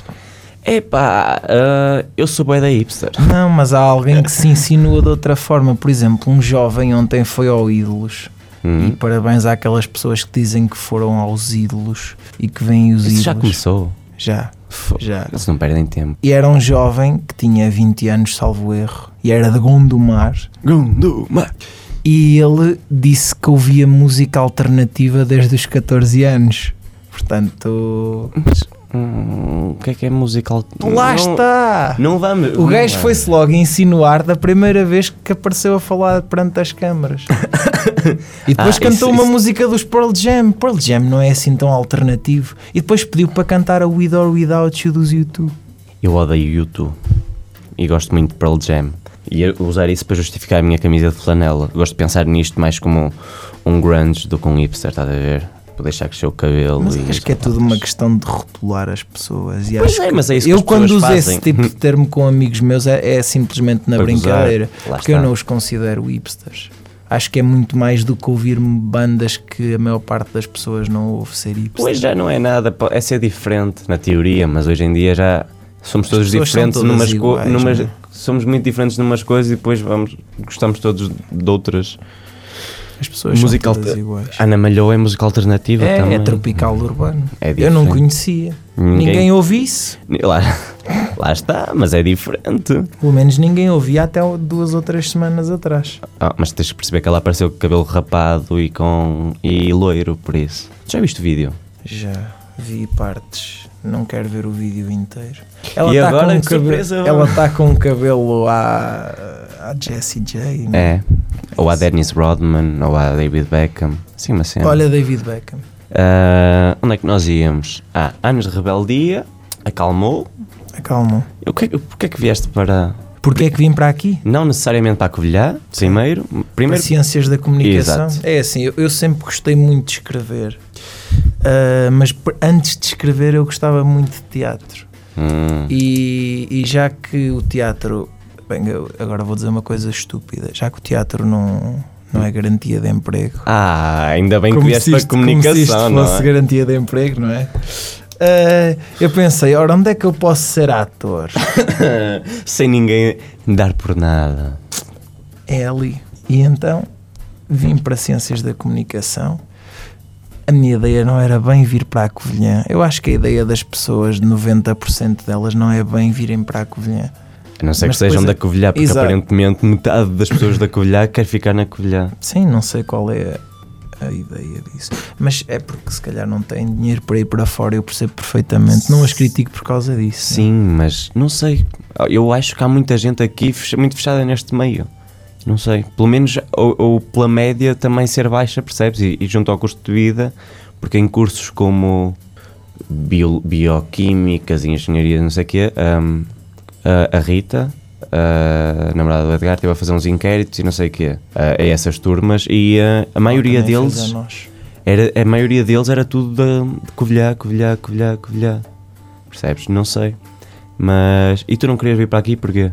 Speaker 3: Epá, ah, eu sou bué da hipster
Speaker 2: Não, mas há alguém que se insinua de outra forma. Por exemplo, um jovem ontem foi ao Ídolos. E
Speaker 3: Hum?
Speaker 2: parabéns àquelas pessoas que dizem que foram aos ídolos e que veem os
Speaker 3: Isso já
Speaker 2: ídolos.
Speaker 3: começou
Speaker 2: Já,
Speaker 3: Fo-
Speaker 2: já.
Speaker 3: Eles não perdem tempo
Speaker 2: E era um jovem que tinha 20 anos, salvo erro, e era de Gondomar.
Speaker 3: Gondomar
Speaker 2: E ele disse que ouvia música alternativa desde os 14 anos. Portanto.
Speaker 3: hum, O que é que é musical?
Speaker 2: Lá está!
Speaker 3: Não, não vamos
Speaker 2: O
Speaker 3: não
Speaker 2: gajo
Speaker 3: vamos.
Speaker 2: foi-se logo insinuar da primeira vez que apareceu a falar perante as câmaras. e depois
Speaker 3: Ah, isso-
Speaker 2: cantou uma
Speaker 3: isso-
Speaker 2: música dos Pearl Jam. Pearl Jam não é assim tão alternativo. E depois pediu para cantar a With or Without You dos YouTube.
Speaker 3: Eu odeio YouTube E gosto muito de Pearl Jam E eu usar isso para justificar a minha camisa de flanela Gosto de pensar nisto mais como um, um grunge do que um hipster, estás a ver? Vou deixar crescer o cabelo
Speaker 2: Mas
Speaker 3: e
Speaker 2: acho que é tudo uma questão de rotular as pessoas. E
Speaker 3: Pois
Speaker 2: acho
Speaker 3: é, mas é isso que
Speaker 2: eu
Speaker 3: as
Speaker 2: quando
Speaker 3: pessoas
Speaker 2: uso
Speaker 3: fazem.
Speaker 2: esse tipo de termo com amigos meus é, é simplesmente na
Speaker 3: Para gozar.
Speaker 2: brincadeira,
Speaker 3: Lá
Speaker 2: porque eu
Speaker 3: está.
Speaker 2: não os considero hipsters. Acho que é muito mais do que ouvir bandas que a maior parte das pessoas não ouve ser hipster.
Speaker 3: Pois já não é nada, pá, é ser diferente na teoria, mas hoje em dia já somos todos
Speaker 2: pessoas são
Speaker 3: diferentes
Speaker 2: todas
Speaker 3: numas
Speaker 2: iguais,
Speaker 3: coisas.
Speaker 2: né?
Speaker 3: Somos muito diferentes numas coisas e depois vamos, gostamos todos de outras.
Speaker 2: As pessoas
Speaker 3: Música
Speaker 2: são todas
Speaker 3: alter-
Speaker 2: iguais.
Speaker 3: Ana Malhou é música alternativa
Speaker 2: É,
Speaker 3: também.
Speaker 2: é tropical urbano.
Speaker 3: É
Speaker 2: Eu não
Speaker 3: diferente.
Speaker 2: conhecia.
Speaker 3: Ninguém-
Speaker 2: Ninguém... ouve isso.
Speaker 3: Lá, lá está, mas é diferente.
Speaker 2: Pelo menos ninguém ouvia até o- duas ou três semanas atrás.
Speaker 3: Ah, mas tens que perceber que ela apareceu com cabelo rapado e com e loiro, por isso. Já viste o vídeo?
Speaker 2: Já vi partes. Não quero ver o vídeo inteiro. Ela
Speaker 3: E
Speaker 2: está
Speaker 3: agora,
Speaker 2: com um
Speaker 3: que
Speaker 2: cabelo,
Speaker 3: surpresa!
Speaker 2: Ela está com um cabelo à, à Jessie J. né? não
Speaker 3: É. Ou a Dennis Rodman, ou a David Beckham. Sim, mas sim.
Speaker 2: Olha, David Beckham.
Speaker 3: Ah, onde é que nós íamos? Ah, anos de rebeldia, acalmou.
Speaker 2: Acalma.
Speaker 3: O que, é que- porque é que vieste para.
Speaker 2: Porquê é que vim para aqui?
Speaker 3: Não necessariamente para a Covilhã, primeiro.
Speaker 2: Para
Speaker 3: Primeiro.
Speaker 2: Ciências da Comunicação.
Speaker 3: Exato.
Speaker 2: É assim, eu, eu sempre gostei muito de escrever. Ah, mas pr- antes de escrever, eu gostava muito de teatro.
Speaker 3: Hum,
Speaker 2: E, e já que o teatro. Bem, eu agora vou dizer uma coisa estúpida. Já que o teatro não, não é garantia de emprego.
Speaker 3: Ah, ainda bem que vieste
Speaker 2: se
Speaker 3: para a
Speaker 2: isto- como se isto
Speaker 3: comunicação, não
Speaker 2: fosse
Speaker 3: é?
Speaker 2: garantia de emprego, não é? Ah, eu pensei, ora, onde é que eu posso ser ator?
Speaker 3: Sem ninguém dar por nada.
Speaker 2: É ali. E então vim para Ciências da Comunicação. a minha ideia não era bem vir para a Covilhã. Eu acho que a ideia das pessoas, 90% delas, não é bem virem para a Covilhã.
Speaker 3: A não ser
Speaker 2: Mas
Speaker 3: que sejam
Speaker 2: depois é-
Speaker 3: da Covilhã, porque
Speaker 2: Exato.
Speaker 3: aparentemente metade das pessoas da Covilhã quer ficar na Covilhã.
Speaker 2: Sim, não sei qual é a ideia disso. Mas é porque se calhar não têm dinheiro para ir para fora, eu percebo perfeitamente. Não as critico por causa disso.
Speaker 3: Sim, mas não sei. Eu acho que há muita gente aqui fecha- muito fechada neste meio. Não sei. Pelo menos ou, ou pela média também ser baixa, percebes? E, e junto ao custo de vida, porque em cursos como bio, bioquímicas e engenharia, não sei o quê, hum, a, a Rita, a namorada do Edgar, esteve a fazer uns inquéritos e não sei o quê a, a essas turmas e uh, a maioria
Speaker 2: Também fez
Speaker 3: deles.
Speaker 2: a nós.
Speaker 3: Era, a maioria deles era tudo de, de Covilhã, Covilhã, Covilhã, Covilhã. Percebes? Não sei. Mas. E tu não querias vir para aqui porquê?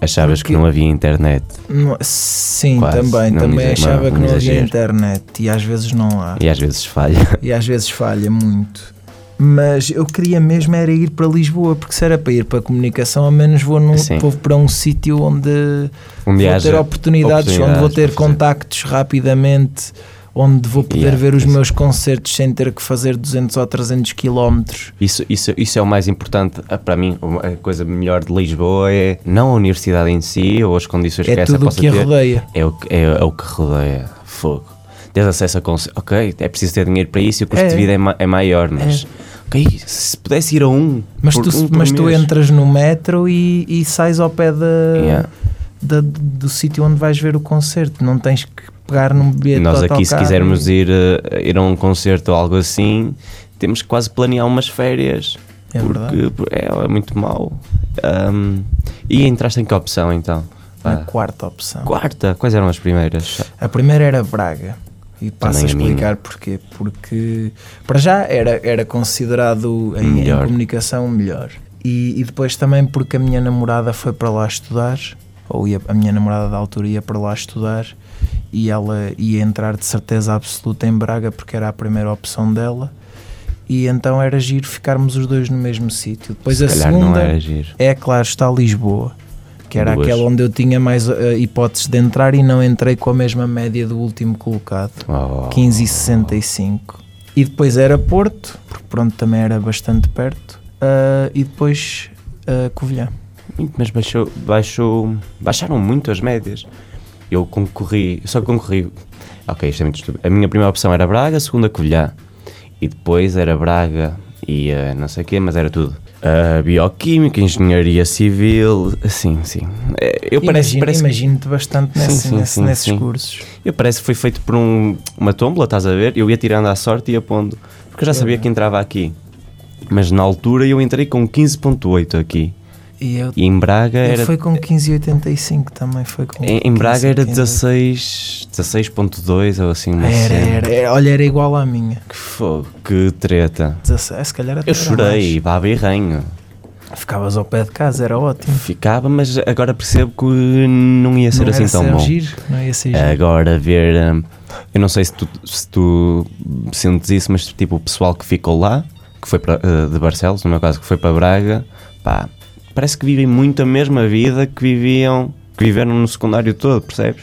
Speaker 3: Achavas
Speaker 2: Porque-
Speaker 3: que não havia internet.
Speaker 2: Não- sim,
Speaker 3: Quase,
Speaker 2: também.
Speaker 3: não
Speaker 2: também
Speaker 3: me exa-
Speaker 2: achava
Speaker 3: não-
Speaker 2: que
Speaker 3: não
Speaker 2: não havia
Speaker 3: exagero.
Speaker 2: internet e às vezes não há.
Speaker 3: E às vezes falha.
Speaker 2: E às vezes falha muito. Mas eu queria mesmo era ir para Lisboa, porque se era para ir para a comunicação, ao menos vou, num,
Speaker 3: Sim.
Speaker 2: vou para um sítio onde
Speaker 3: Um dia
Speaker 2: vou ter
Speaker 3: haja
Speaker 2: oportunidades, onde vou ter
Speaker 3: para fazer.
Speaker 2: contactos rapidamente, onde vou poder
Speaker 3: Yeah,
Speaker 2: ver os
Speaker 3: isso.
Speaker 2: meus concertos sem ter que fazer 200 ou 300 quilómetros.
Speaker 3: Isso, isso, isso é o mais importante ah, para mim. A coisa melhor de Lisboa é não a universidade em si ou as condições que
Speaker 2: É
Speaker 3: essa
Speaker 2: tudo o
Speaker 3: possa
Speaker 2: que a
Speaker 3: ter.
Speaker 2: rodeia.
Speaker 3: É o, que- é, é o que rodeia fogo. Tens acesso a conce- Ok, é preciso ter dinheiro para isso e o custo
Speaker 2: É.
Speaker 3: de vida é, ma- é maior, mas. Ok, se pudesse ir a um.
Speaker 2: Mas,
Speaker 3: por-
Speaker 2: tu,
Speaker 3: um por
Speaker 2: mas tu
Speaker 3: mês.
Speaker 2: entras no metro e, e sais ao pé da,
Speaker 3: Yeah.
Speaker 2: da- do sítio onde vais ver o concerto. Não tens que pegar num bilhete
Speaker 3: Nós
Speaker 2: de
Speaker 3: aqui, se
Speaker 2: autocarro.
Speaker 3: quisermos ir, eh, ir a um concerto ou algo assim, temos que quase planear umas férias.
Speaker 2: É verdade.
Speaker 3: porque por- é, é muito mau. Ahm, e entraste em que opção então?
Speaker 2: Na
Speaker 3: Pá,
Speaker 2: quarta opção.
Speaker 3: Quarta, quais eram as primeiras?
Speaker 2: A primeira era Braga. E passo a
Speaker 3: Também a minha.
Speaker 2: explicar porquê. Porque, para já, era, era considerado em, em
Speaker 3: Melhor.
Speaker 2: comunicação melhor. E, e depois também porque a minha namorada foi para lá estudar, ou ia- a minha namorada da altura ia para lá estudar, e ela ia entrar de certeza absoluta em Braga, porque era a primeira opção dela. E então era giro ficarmos os dois no mesmo sítio. Depois
Speaker 3: Se
Speaker 2: a
Speaker 3: calhar
Speaker 2: segunda
Speaker 3: não era giro.
Speaker 2: é claro, está Lisboa, que era
Speaker 3: Duas.
Speaker 2: aquela onde eu tinha mais eh, hipóteses de entrar e não entrei com a mesma média do último colocado,
Speaker 3: Oh,
Speaker 2: 15,65. E depois era Porto, porque pronto, também era bastante perto, ah, e depois ah, Covilhã.
Speaker 3: Mas baixou, baixou, baixaram muito as médias. Eu concorri, só concorri. Ok, isto é muito estúpido. A minha primeira opção era Braga, a segunda Covilhã. E depois era Braga e eh, não sei o quê, mas era tudo. Ah, bioquímica, engenharia civil, sim, sim. Eh, Eu parece,
Speaker 2: Imagino-
Speaker 3: parece,
Speaker 2: Imagino-te bastante
Speaker 3: Sim,
Speaker 2: nesse,
Speaker 3: sim,
Speaker 2: nesse-
Speaker 3: sim,
Speaker 2: nesses
Speaker 3: sim.
Speaker 2: cursos.
Speaker 3: eu parece que foi feito por um, uma tómbola, estás a ver? Eu ia tirando à sorte e ia pondo. Porque eu já sabia que entrava aqui. Mas na altura eu entrei com 15.8 aqui.
Speaker 2: E eu,
Speaker 3: E em Braga
Speaker 2: eu
Speaker 3: era
Speaker 2: foi com 15,85 também, foi com
Speaker 3: Em, em Braga era
Speaker 2: 15,85.
Speaker 3: 16, 16.2 ou assim, uma
Speaker 2: Era,
Speaker 3: cena.
Speaker 2: era, era, olha, era igual à minha.
Speaker 3: Que fogo, que treta.
Speaker 2: 16, se calhar até
Speaker 3: Eu
Speaker 2: era
Speaker 3: chorei, baba e ranho.
Speaker 2: mais. Ficavas ao pé de casa, era ótimo.
Speaker 3: Ficava, mas agora percebo que não ia ser
Speaker 2: Hum. não
Speaker 3: assim
Speaker 2: era
Speaker 3: tão
Speaker 2: ser
Speaker 3: bom. É,
Speaker 2: giro, não ia ser giro.
Speaker 3: Agora ver, hum, eu não sei se tu, se tu sentes isso, mas tipo o pessoal que ficou lá, que foi para, eh, de Barcelos, no meu caso, que foi para Braga, pá, parece que vivem muito a mesma vida que viviam, que viveram no secundário todo, percebes?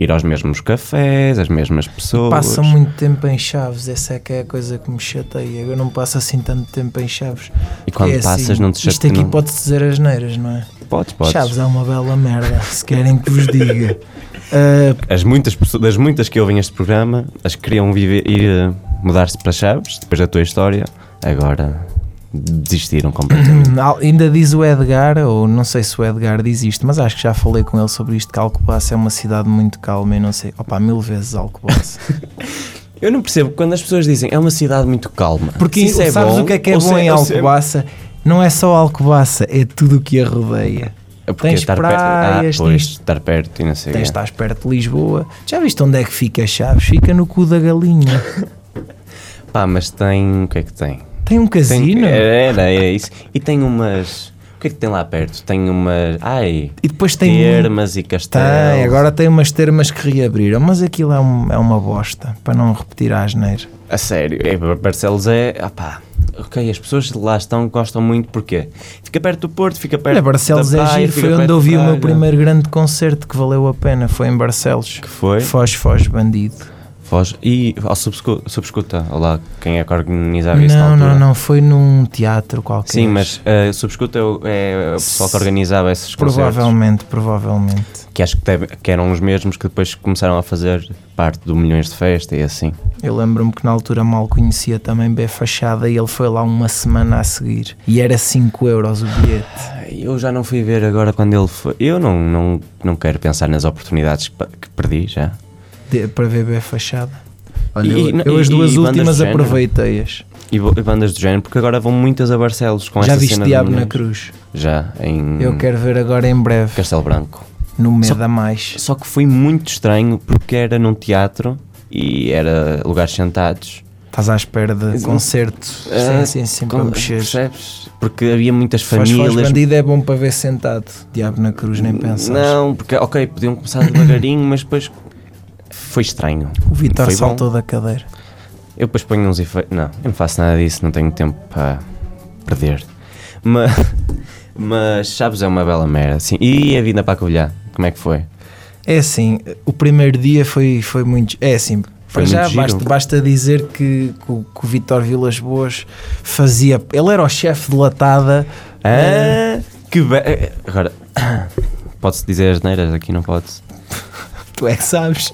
Speaker 3: Ir aos mesmos cafés, as mesmas pessoas.
Speaker 2: Passam muito tempo em Chaves, essa é que é a coisa que me chateia. Eu não passo assim tanto tempo em Chaves.
Speaker 3: E quando
Speaker 2: É assim,
Speaker 3: passas não te
Speaker 2: Isto
Speaker 3: chateia.
Speaker 2: aqui
Speaker 3: não-
Speaker 2: pode-se dizer as neiras, não é?
Speaker 3: Podes, podes.
Speaker 2: Chaves é uma bela merda, se querem que vos diga. Ah,
Speaker 3: As muitas pessoas, das muitas que ouvem este programa, as que queriam viver, ir eh, mudar-se para Chaves, depois da tua história, agora desistiram completamente.
Speaker 2: Al- Ainda diz o Edgar, ou não sei se o Edgar diz isto, mas acho que já falei com ele sobre isto, que Alcobaça é uma cidade muito calma e não sei. Opa, mil vezes Alcobaça.
Speaker 3: Eu não percebo quando as pessoas dizem é uma cidade muito calma.
Speaker 2: Porque
Speaker 3: Se
Speaker 2: isso sabes o que é que é
Speaker 3: ou
Speaker 2: bom
Speaker 3: se
Speaker 2: em
Speaker 3: ou se é-
Speaker 2: Alcobaça? Não é só Alcobaça, é tudo o que a rodeia.
Speaker 3: é Porque
Speaker 2: Tens
Speaker 3: estar
Speaker 2: praias,
Speaker 3: perto, ah, pois,
Speaker 2: tens-
Speaker 3: estar perto e não sei o
Speaker 2: Até
Speaker 3: quê.
Speaker 2: estás perto de Lisboa. Já viste onde é que fica Chaves? Fica no cu da galinha.
Speaker 3: Pá, mas tem. O que é que tem?
Speaker 2: Tem um
Speaker 3: tem
Speaker 2: casino.
Speaker 3: era, é isso. E tem umas. O que é que tem lá perto? Tem umas. Ai.
Speaker 2: E depois tem. um
Speaker 3: Termas e castelos.
Speaker 2: Tem, agora tem umas termas que reabriram, mas aquilo é, um- é uma bosta, para não repetir a asneira.
Speaker 3: A sério, é, Barcelos é. Ah pá, ok, as pessoas que lá estão gostam muito porque fica perto do Porto, fica perto
Speaker 2: Olha, Barcelos
Speaker 3: da
Speaker 2: é
Speaker 3: praia,
Speaker 2: giro,
Speaker 3: fica
Speaker 2: foi
Speaker 3: perto
Speaker 2: onde
Speaker 3: de
Speaker 2: eu vi o meu
Speaker 3: praia.
Speaker 2: primeiro grande concerto que valeu a pena, foi em Barcelos.
Speaker 3: Que foi?
Speaker 2: Foz, foz, bandido.
Speaker 3: Foge. E ao subscu- subscuta, olá, quem é que organizava isso na
Speaker 2: Não,
Speaker 3: altura?
Speaker 2: não, não. Foi num teatro qualquer.
Speaker 3: Sim, mas eh, subscuta é o- é o pessoal que organizava esses concertos.
Speaker 2: Provavelmente, provavelmente.
Speaker 3: Que acho que, deve- que eram os mesmos que depois começaram a fazer parte do Milhões de Festa e assim.
Speaker 2: Eu lembro-me que na altura mal conhecia também B Fachada e ele foi lá uma semana a seguir. E era 5 euros o bilhete.
Speaker 3: Ai, Eu já não fui ver agora quando ele foi. Eu não, não, não quero pensar nas oportunidades que, pa- que perdi já.
Speaker 2: de- para ver B Fachada. Olha,
Speaker 3: E-
Speaker 2: eu,
Speaker 3: e-
Speaker 2: eu as duas
Speaker 3: e- e bandas de
Speaker 2: últimas
Speaker 3: género?
Speaker 2: aproveitei-as.
Speaker 3: E, bo- e bandas do género, porque agora vão muitas a Barcelos com
Speaker 2: Já
Speaker 3: essa
Speaker 2: viste
Speaker 3: cena
Speaker 2: Diabo
Speaker 3: de
Speaker 2: na
Speaker 3: mulheres.
Speaker 2: Cruz?
Speaker 3: Já, em
Speaker 2: Eu quero ver agora em breve,
Speaker 3: Castelo Branco.
Speaker 2: no
Speaker 3: Só-
Speaker 2: Medo a Mais.
Speaker 3: Só que foi muito estranho porque era num teatro e era lugares sentados.
Speaker 2: Estás à espera de
Speaker 3: Ex-
Speaker 2: concerto, sim,
Speaker 3: Ah,
Speaker 2: sim, sim,
Speaker 3: com-
Speaker 2: para mexer.
Speaker 3: Percebes? Porque havia muitas
Speaker 2: Faz faz
Speaker 3: famílias.
Speaker 2: bandido é bom para ver sentado. Diabo na Cruz, nem pensas.
Speaker 3: Não, porque, ok, podiam começar devagarinho, mas depois foi estranho.
Speaker 2: O Vitor
Speaker 3: Foi bom.
Speaker 2: saltou da cadeira.
Speaker 3: Eu depois ponho uns efeitos. Não, eu não faço nada disso, não tenho tempo para perder. Mas, mas Chaves é uma bela merda, sim. E a vinda para a Covilhã, como é que foi?
Speaker 2: É assim, o primeiro dia foi, foi muito. É assim, para
Speaker 3: Foi muito
Speaker 2: já
Speaker 3: giro.
Speaker 2: basta, basta dizer que, que, o- que o Vitor Vilas Boas fazia. Ele era o chefe de latada. É.
Speaker 3: Ah, que be... Agora, pode-se dizer as neiras aqui, não pode-se?
Speaker 2: Tu é que sabes.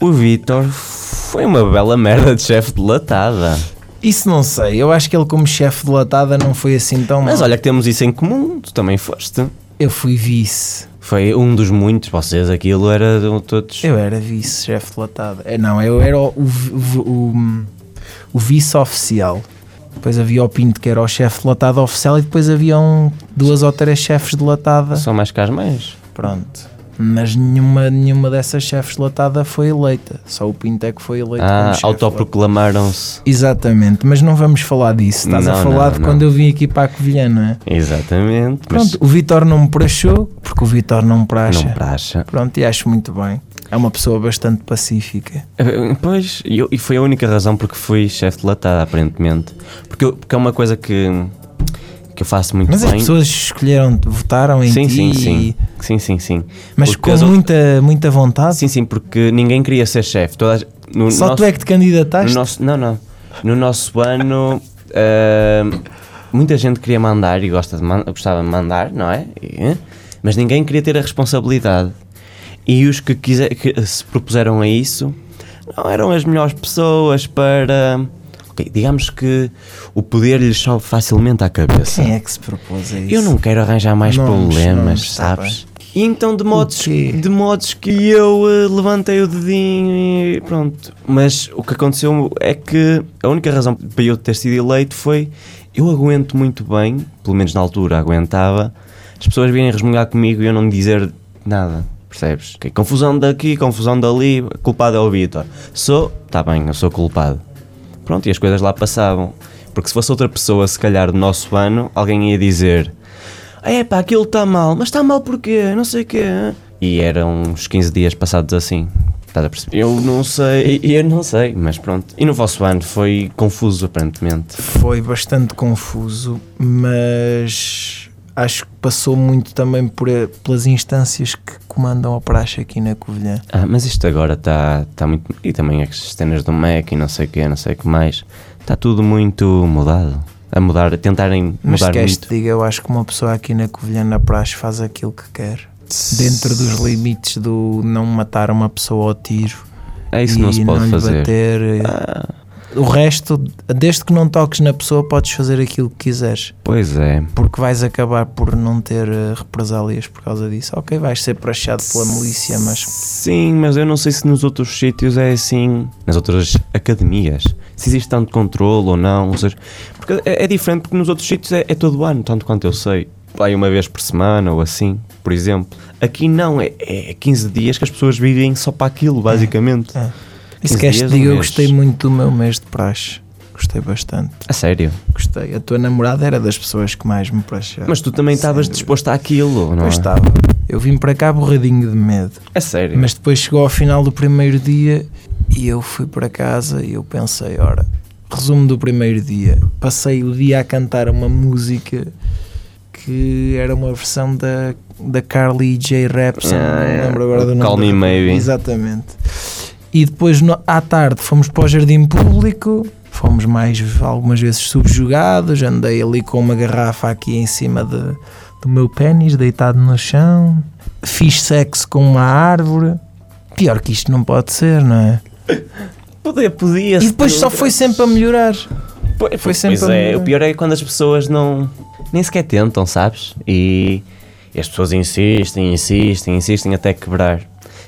Speaker 3: O Vitor foi uma bela merda de chefe delatada.
Speaker 2: Isso não sei. Eu acho que ele, como chefe de latada, não foi assim tão
Speaker 3: Mas
Speaker 2: mal.
Speaker 3: olha que temos isso em comum, tu também foste.
Speaker 2: Eu fui vice.
Speaker 3: Foi um dos muitos, vocês, aquilo era de um, todos.
Speaker 2: Eu era vice-chefe de latada. É, não, eu era o, o, o- o vice-oficial. Depois havia o Pinto, que era o chefe de latada oficial, e depois haviam duas ou três chefes de latada.
Speaker 3: Só mais que as mães.
Speaker 2: Pronto. Mas nenhuma, nenhuma dessas chefes de latada foi eleita. Só o Pinto é que foi eleito como
Speaker 3: Ah,
Speaker 2: chefe.
Speaker 3: autoproclamaram-se.
Speaker 2: Exatamente, mas não vamos falar disso. Estás a
Speaker 3: Não,
Speaker 2: falar
Speaker 3: não,
Speaker 2: de
Speaker 3: não.
Speaker 2: quando eu vim aqui para a Covilhã, não é?
Speaker 3: Exatamente.
Speaker 2: Pronto, o Vitor não me prachou, porque o Vitor não me
Speaker 3: mas
Speaker 2: praxa.
Speaker 3: não praxa.
Speaker 2: Pronto, e acho muito bem. É uma pessoa bastante pacífica.
Speaker 3: Eh, Pois, e eu- e foi a única razão porque fui chefe de latada, aparentemente. Porque, eu- porque é uma coisa que, que eu faço muito
Speaker 2: Mas as
Speaker 3: bem.
Speaker 2: pessoas escolheram, votaram em
Speaker 3: sim,
Speaker 2: ti,
Speaker 3: sim,
Speaker 2: e-
Speaker 3: sim, sim, sim, sim.
Speaker 2: mas
Speaker 3: Porque
Speaker 2: com
Speaker 3: as outras-
Speaker 2: muita, muita vontade.
Speaker 3: Sim, sim, porque ninguém queria ser chefe. Todas- No
Speaker 2: Só
Speaker 3: nosso,
Speaker 2: tu é que te
Speaker 3: no
Speaker 2: candidataste.
Speaker 3: nosso- Não, não. No nosso ano, eh, muita gente queria mandar e gosta de man- gostava de mandar, não é? E- mas ninguém queria ter a responsabilidade. E os que, quiser, que se propuseram a isso não eram as melhores pessoas para. Ok, digamos que o poder lhes sobe facilmente à cabeça.
Speaker 2: Quem é que se propôs a isso?
Speaker 3: Eu não quero arranjar mais
Speaker 2: Nomes,
Speaker 3: problemas,
Speaker 2: nomes, tá
Speaker 3: sabes? E então de modos,
Speaker 2: quê?
Speaker 3: de modos que eu eh, levantei o dedinho e pronto. Mas o que aconteceu é que a única razão para eu ter sido eleito foi eu aguento muito bem, pelo menos na altura aguentava, as pessoas virem resmungar comigo e eu não dizer nada. Percebes? Ok, Confusão daqui, confusão dali, culpado é o Vitor. Sou, tá bem, eu sou culpado. Pronto, e as coisas lá passavam. Porque se fosse outra pessoa, se calhar do nosso ano, alguém ia dizer: É pá, aquilo está mal, mas está mal porquê? Não sei o quê. hã?" E eram uns 15 dias passados assim. Estás a perceber? Eu não sei, eu não sei, mas pronto. E no vosso ano foi confuso, aparentemente.
Speaker 2: Foi bastante confuso, mas acho que passou muito também por, pelas instâncias que comandam a praxe aqui na Covilhã.
Speaker 3: Ah, mas isto agora está tá muito. E também as cenas do Mac e não sei o quê, não sei o que mais. Está tudo muito mudado. A mudar, a tentarem
Speaker 2: Mas
Speaker 3: mudar
Speaker 2: queres te
Speaker 3: muito.
Speaker 2: diga, eu acho que uma pessoa aqui na Covilhã na praxe faz aquilo que quer. Dentro dos limites do não matar uma pessoa ao tiro
Speaker 3: É isso
Speaker 2: e
Speaker 3: que não se pode
Speaker 2: lhe
Speaker 3: fazer.
Speaker 2: bater.
Speaker 3: Ah.
Speaker 2: O resto, desde que não toques na pessoa, podes fazer aquilo que quiseres.
Speaker 3: Pois é.
Speaker 2: Porque vais acabar por não ter eh, represálias por causa disso. Ok, vais ser prachado pela milícia, mas
Speaker 3: Sim, mas eu não sei se nos outros sítios é assim. Nas outras academias. Se existe tanto controle ou não. Ou seja, porque é, é diferente porque nos outros sítios é, é todo ano, tanto quanto eu sei. Vai uma vez por semana ou assim, por exemplo. Aqui não, é, é 15 dias que as pessoas vivem só para aquilo, basicamente.
Speaker 2: É. E
Speaker 3: 15
Speaker 2: se queres te
Speaker 3: dias, um
Speaker 2: diga, eu
Speaker 3: mês.
Speaker 2: gostei muito do meu mês de praxe. Gostei bastante.
Speaker 3: A sério.
Speaker 2: Gostei. A tua namorada era das pessoas que mais me praxaram.
Speaker 3: Mas tu também
Speaker 2: Sem
Speaker 3: estavas
Speaker 2: dúvida.
Speaker 3: disposto àquilo, não é?
Speaker 2: Pois estava. Eu vim para cá borradinho de medo.
Speaker 3: A sério.
Speaker 2: Mas depois chegou ao final do primeiro dia e eu fui para casa e eu pensei, ora, resumo do primeiro dia. Passei o dia a cantar uma música que era uma versão da, da Carly J. Rapson,
Speaker 3: Ah,
Speaker 2: não me
Speaker 3: é.
Speaker 2: lembro agora do nome.
Speaker 3: Call Me
Speaker 2: da-
Speaker 3: Maybe.
Speaker 2: Exatamente. E depois, no- à tarde, fomos para o jardim público, fomos mais algumas vezes subjugados. Andei ali com uma garrafa aqui em cima de- do meu pênis, deitado no chão. Fiz sexo com uma árvore. Pior que isto não pode ser, não é?
Speaker 3: Podia, podia.
Speaker 2: E depois só foi sempre a melhorar.
Speaker 3: Foi,
Speaker 2: foi sempre um-
Speaker 3: pois
Speaker 2: a
Speaker 3: é,
Speaker 2: melhorar.
Speaker 3: o pior é quando as pessoas não. nem sequer tentam, sabes? E, e as pessoas insistem, insistem, insistem até quebrar.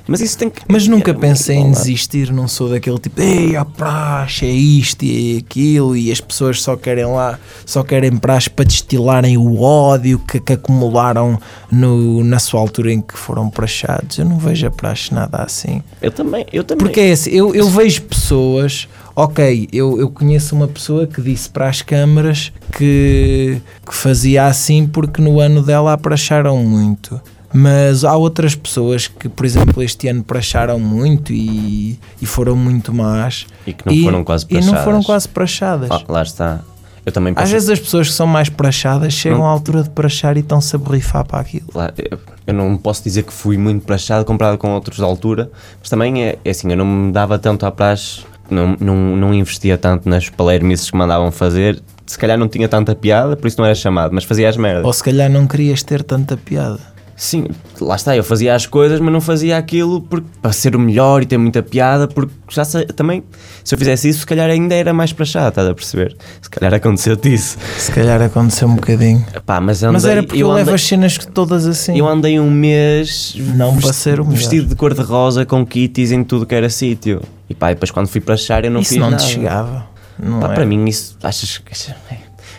Speaker 3: Mas isso tem que.
Speaker 2: Mas nunca
Speaker 3: é,
Speaker 2: pensei em
Speaker 3: não dá.
Speaker 2: desistir, não sou daquele tipo, ei, a praxe é isto e é aquilo, e as pessoas só querem lá, só querem praxe para destilarem o ódio que, que acumularam no, na sua altura em que foram praxados. Eu não vejo a praxe nada assim.
Speaker 3: Eu também, eu também.
Speaker 2: Porque é assim, eu, eu vejo pessoas, ok, eu, eu conheço uma pessoa que disse para as câmaras que, que fazia assim porque no ano dela a praxaram muito. Mas há outras pessoas que, por exemplo, este ano praxaram muito e, e foram muito más.
Speaker 3: E que não foram quase
Speaker 2: E não foram
Speaker 3: praxadas.
Speaker 2: quase praxadas.
Speaker 3: Ah, lá está. Eu também
Speaker 2: Às
Speaker 3: penso-
Speaker 2: vezes as pessoas que são mais praxadas chegam à altura de praxar e estão-se a borrifar para aquilo.
Speaker 3: assim, Lá, eu, eu não posso dizer que fui muito praxado comparado com outros da altura, mas também é, é assim, eu não me dava tanto à praxe, não, não, não investia tanto nas palermices que mandavam fazer, se calhar não tinha tanta piada, por isso não era chamado, mas fazia as merdas.
Speaker 2: Ou se calhar não querias ter tanta piada.
Speaker 3: Sim, lá está, eu fazia as coisas, mas não fazia aquilo porque, para ser o melhor e ter muita piada, porque já sei, também, se eu fizesse isso, se calhar ainda era mais praxado, estás a perceber? Se calhar aconteceu-te isso.
Speaker 2: Se calhar aconteceu um bocadinho.
Speaker 3: Pá, mas, andei,
Speaker 2: Mas era porque eu,
Speaker 3: andei-
Speaker 2: levo as cenas todas assim.
Speaker 3: Eu andei um mês
Speaker 2: Não para ser o melhor.
Speaker 3: vestido de cor-de-rosa com kitties em tudo que era sítio. E pá, e depois quando fui para a Char eu não
Speaker 2: Isso
Speaker 3: fiz
Speaker 2: não
Speaker 3: nada.
Speaker 2: te chegava. Não
Speaker 3: Pá,
Speaker 2: é?
Speaker 3: para mim isso, achas que...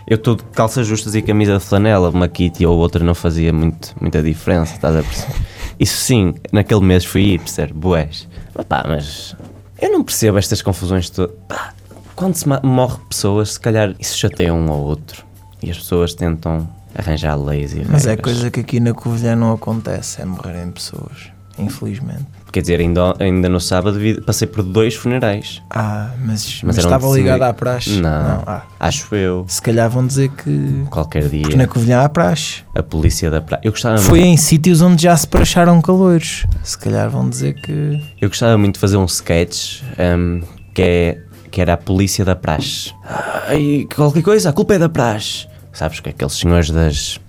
Speaker 3: Eu estou de calças justas e camisa de flanela, uma kitty ou outra não fazia muito, muita diferença, estás a perceber? Isso sim, naquele mês fui hipster, boés. Mas pá, mas eu não percebo estas confusões todas. Pá, quando se ma- morre pessoas, se calhar isso chateia um ao outro. E as pessoas tentam arranjar leis e
Speaker 2: Mas é
Speaker 3: regras.
Speaker 2: coisa que aqui na Covilhã não acontece, é morrerem pessoas, infelizmente.
Speaker 3: Quer dizer, ainda, ainda no sábado vi- passei por dois funerais.
Speaker 2: Ah, mas, mas,
Speaker 3: Mas era um
Speaker 2: estava
Speaker 3: de
Speaker 2: ligado
Speaker 3: cemitério.
Speaker 2: à praxe.
Speaker 3: Não.
Speaker 2: ah.
Speaker 3: Acho eu.
Speaker 2: Se calhar vão dizer que,
Speaker 3: Qualquer dia.
Speaker 2: que na Covilhã há praxe.
Speaker 3: A polícia da praia. Eu gostava,
Speaker 2: Foi em sítios onde já se praxaram caloiros. Se calhar vão dizer que.
Speaker 3: muito, eu gostava muito de fazer um sketch hum, que, é, que era a polícia da praxe. Ai, qualquer coisa, a culpa é da praxe. Sabes que aqueles senhores das.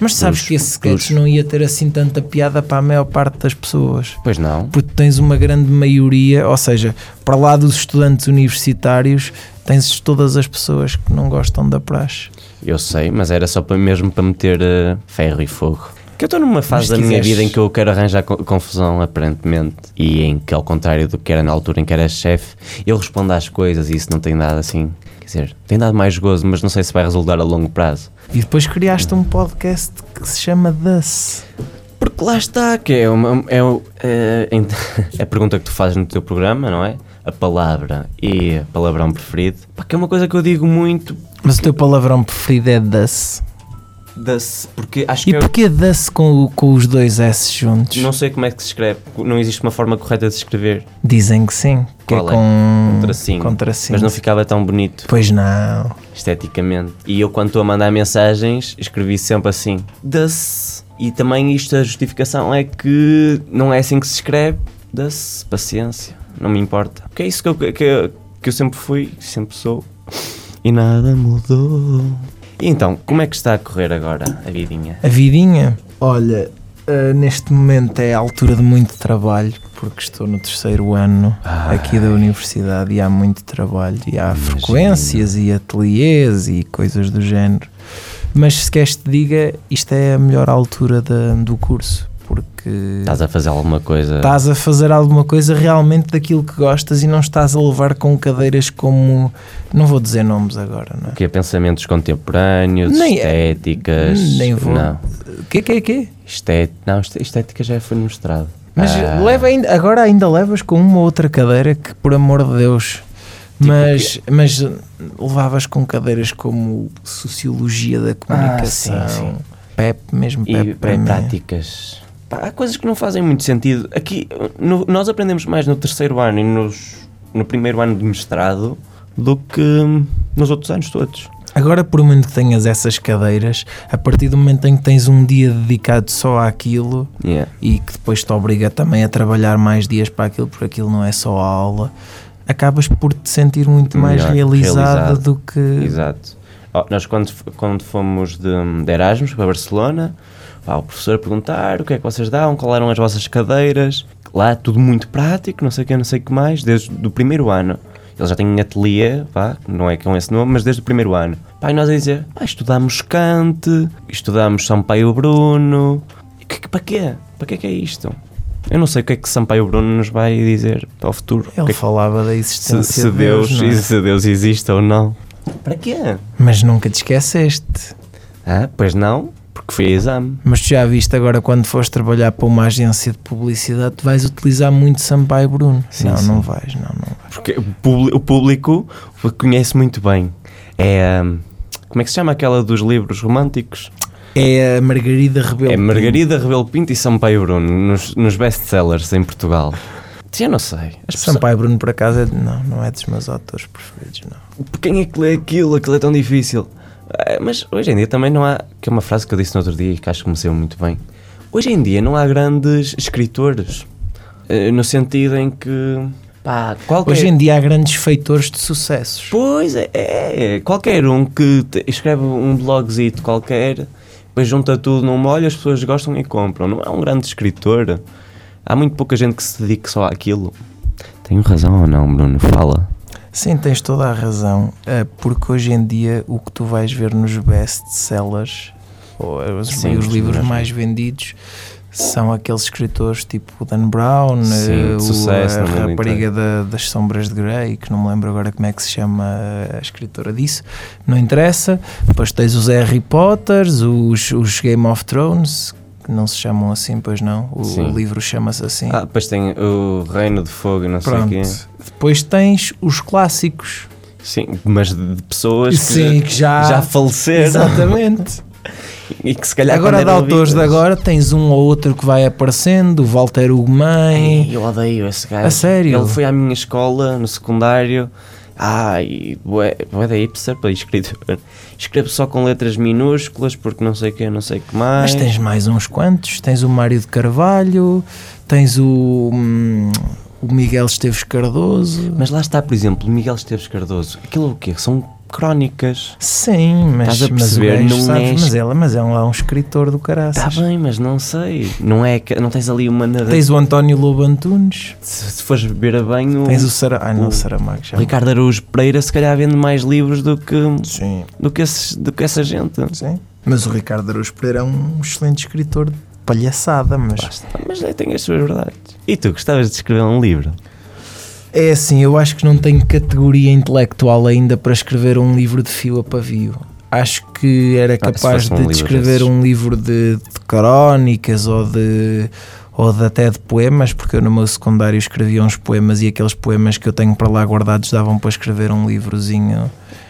Speaker 2: Mas sabes
Speaker 3: Dos
Speaker 2: que esse sketch não ia ter assim tanta piada para a maior parte das pessoas.
Speaker 3: Pois não.
Speaker 2: porque tens uma grande maioria, ou seja, para lá dos estudantes universitários, tens todas as pessoas que não gostam da praxe.
Speaker 3: Eu sei, mas era só para, mesmo para meter eh, ferro e fogo. Que eu estou numa
Speaker 2: Mas
Speaker 3: fase da minha
Speaker 2: quiseste-
Speaker 3: vida em que eu quero arranjar co- confusão, aparentemente, e em que, ao contrário do que era na altura em que era chefe, eu respondo às coisas e isso não tem dado assim. Quer dizer, tem dado mais gozo, mas não sei se vai resultar a longo prazo.
Speaker 2: E depois criaste um podcast que se chama Das.
Speaker 3: Porque lá está, que é, uma, é, o- é, ent- a pergunta que tu fazes no teu programa, não é? A palavra e palavrão preferido. Pá, que é uma coisa que eu digo muito.
Speaker 2: Mas o teu palavrão preferido é Das.
Speaker 3: da- Porque acho que
Speaker 2: E
Speaker 3: eu-
Speaker 2: porquê Das com, o- com os dois S juntos?
Speaker 3: Não sei como é que se escreve, não existe uma forma correta de escrever,
Speaker 2: Dizem que sim, que
Speaker 3: Qual
Speaker 2: é
Speaker 3: é?
Speaker 2: com
Speaker 3: Com tracinho.
Speaker 2: com tracinho.
Speaker 3: mas não ficava tão bonito
Speaker 2: Pois não.
Speaker 3: esteticamente. E eu, quando estou a mandar mensagens, escrevi sempre assim: das. E também isto, a justificação é que não é assim que se escreve, das. Paciência, não me importa. Porque é isso que eu, que, eu- que eu sempre fui, que sempre sou. E nada mudou. E então, como é que está a correr agora a vidinha?
Speaker 2: A vidinha? Olha, ah, neste momento é a altura de muito trabalho, porque estou no terceiro ano aqui da universidade e há muito trabalho, e há frequências e ateliês e coisas do género. Mas se queres te diga, isto é a melhor altura da- do curso, porque
Speaker 3: Estás a fazer alguma coisa?
Speaker 2: estás a fazer alguma coisa realmente daquilo que gostas e não estás a levar com cadeiras como. Não vou dizer nomes agora, não é?
Speaker 3: Que é pensamentos contemporâneos,
Speaker 2: Nem- é.
Speaker 3: estéticas.
Speaker 2: nem vou.
Speaker 3: Não,
Speaker 2: O que é que é que é?
Speaker 3: Estet... não este- estética já foi mostrado.
Speaker 2: Mas
Speaker 3: Ah,
Speaker 2: leva ainda, agora ainda levas com uma outra cadeira que, por amor de Deus,
Speaker 3: Tipo
Speaker 2: mas, mas levavas com cadeiras como Sociologia da Comunicação,
Speaker 3: Ah, sim, sim.
Speaker 2: PEP, mesmo PEP
Speaker 3: e eh,
Speaker 2: para mim.
Speaker 3: práticas. Há coisas que não fazem muito sentido. Aqui, no- nós aprendemos mais no terceiro ano e nos, no primeiro ano de mestrado do que nos outros anos todos.
Speaker 2: Agora, por muito que tenhas essas cadeiras, a partir do momento em que tens um dia dedicado só àquilo
Speaker 3: Yeah.
Speaker 2: e que depois te obriga também a trabalhar mais dias para aquilo, porque aquilo não é só a aula, acabas por te sentir muito mais
Speaker 3: Melhor,
Speaker 2: realizado
Speaker 3: realizado.
Speaker 2: do que.
Speaker 3: Exato. Ó, nós quando, f- quando fomos de, de Erasmus para Barcelona, pá, o professor a perguntar o que é que vocês dão, qual eram as vossas cadeiras. Lá tudo muito prático, não sei o que, não sei o que mais, desde o primeiro ano. Eles já têm um ateliê, vá, não é com esse nome, mas desde o primeiro ano. Pá, e nós a dizer, pá, estudámos Kant, estudámos Sampaio Bruno. E que- que- para quê? Para que é que é isto? Eu não sei o que é que Sampaio Bruno nos vai dizer para o futuro. O que
Speaker 2: Ele
Speaker 3: é que-
Speaker 2: falava da
Speaker 3: se,
Speaker 2: existência
Speaker 3: se
Speaker 2: de Deus,
Speaker 3: Deus,
Speaker 2: não é?
Speaker 3: se Deus existe ou não. Para quê?
Speaker 2: mas nunca te esqueceste.
Speaker 3: Ah, pois não, porque fui a exame.
Speaker 2: Mas tu já viste agora quando fores trabalhar para uma agência de publicidade, tu vais utilizar muito Sampaio Bruno.
Speaker 3: Sim,
Speaker 2: não,
Speaker 3: sim.
Speaker 2: não vais, não, não vais.
Speaker 3: Porque o publi- o público conhece muito bem. É. hum, Como é que se chama aquela dos livros românticos?
Speaker 2: É a Margarida Rebelo.
Speaker 3: É Margarida Rebelo Pinto e Sampaio Bruno, nos, nos best-sellers em Portugal. Já não sei. As pessoas-
Speaker 2: Sampaio Bruno, por acaso, é, não, não é dos meus autores preferidos, não.
Speaker 3: Quem é que lê aquilo? Aquilo é tão difícil. Ah, Mas hoje em dia também não há. Que é uma frase que eu disse no outro dia e que acho que me saiu muito bem. Hoje em dia não há grandes escritores. eh, No sentido em que. Pá, qualquer.
Speaker 2: Hoje em dia há grandes feitores de sucessos.
Speaker 3: Pois é, é, qualquer um que te- escreve um blogzito qualquer, depois junta tudo num molho, as pessoas gostam e compram. Não é um grande escritor. Há muito pouca gente que se dedique só àquilo. Tenho razão ou não, Bruno? Fala.
Speaker 2: Sim, tens toda a razão, eh, porque hoje em dia o que tu vais ver nos best-sellers, ou eh, os,
Speaker 3: Sim,
Speaker 2: os
Speaker 3: os
Speaker 2: livros
Speaker 3: melhores.
Speaker 2: mais vendidos, são aqueles escritores tipo o Dan Brown,
Speaker 3: Sim, de
Speaker 2: eh, o,
Speaker 3: sucesso
Speaker 2: a
Speaker 3: no mundo
Speaker 2: rapariga da- das sombras de Grey, que não me lembro agora como é que se chama a escritora disso, não interessa. Depois tens os Harry Potters, os, os Game of Thrones, que não se chamam assim, pois não, o,
Speaker 3: Sim.
Speaker 2: livro chama-se assim.
Speaker 3: Ah, depois tem o Reino de Fogo e não sei o
Speaker 2: Pronto.
Speaker 3: quê.
Speaker 2: Depois tens os clássicos.
Speaker 3: Sim, mas de de pessoas
Speaker 2: Sim,
Speaker 3: que
Speaker 2: que já-
Speaker 3: já faleceram
Speaker 2: Exatamente.
Speaker 3: e que se calhar
Speaker 2: agora,
Speaker 3: quando
Speaker 2: de
Speaker 3: eram
Speaker 2: autores de
Speaker 3: vivas-
Speaker 2: agora, tens um ou outro que vai aparecendo, o Walter Ugumem.
Speaker 3: Ai, eu odeio esse gajo.
Speaker 2: A sério?
Speaker 3: Ele foi à minha escola no secundário. Ai, bué bué da hipster para escritor. Escrevo só com letras minúsculas porque não sei o que, não sei o que mais.
Speaker 2: Mas tens mais uns quantos? Tens o Mário de Carvalho, tens o, hum, o Miguel Esteves Cardoso.
Speaker 3: Mas lá está, por exemplo, Miguel Esteves Cardoso. Aquilo é o quê? São crónicas.
Speaker 2: Sim, mas,
Speaker 3: Estás
Speaker 2: mas o
Speaker 3: a perceber,
Speaker 2: gajo,
Speaker 3: não
Speaker 2: sabes,
Speaker 3: é-
Speaker 2: mas ela, mas é um, lá um escritor do
Speaker 3: Está
Speaker 2: caraças.
Speaker 3: Tá bem, mas não sei. Não é que não tens ali uma nada.
Speaker 2: Tens o António Lobo Antunes,
Speaker 3: Se, se fores beber a bem, o
Speaker 2: tens o Sara... Ai, não,
Speaker 3: o-
Speaker 2: Saramago já.
Speaker 3: Ricardo Araújo Pereira se calhar vende mais livros do que
Speaker 2: Sim,
Speaker 3: do que, esses- do que essa gente.
Speaker 2: sim. Mas o Ricardo Araújo Pereira é um excelente escritor de palhaçada, mas...
Speaker 3: Mas é, tem as suas verdades. E tu gostavas de escrever um livro?
Speaker 2: É assim, eu acho que não tenho categoria intelectual ainda para escrever um livro de fio a pavio. Acho que era
Speaker 3: Ah, se
Speaker 2: capaz
Speaker 3: fosse um
Speaker 2: de
Speaker 3: livro
Speaker 2: descrever
Speaker 3: desses.
Speaker 2: um livro de, de crónicas ou de ou de até de poemas, porque eu no meu secundário escrevia uns poemas e aqueles poemas que eu tenho para lá guardados davam para escrever um livrozinho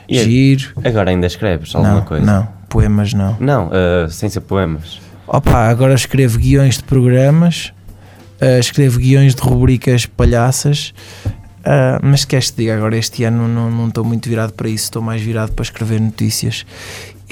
Speaker 3: E-
Speaker 2: giro.
Speaker 3: Agora ainda escreves alguma
Speaker 2: não,
Speaker 3: coisa?
Speaker 2: não, poemas não.
Speaker 3: Não, ah, sem ser poemas.
Speaker 2: Opa, agora escrevo guiões de programas, ah, escrevo guiões de rubricas palhaças, ah, mas queres te diga agora, este ano não- não estou muito virado para isso, estou mais virado para escrever notícias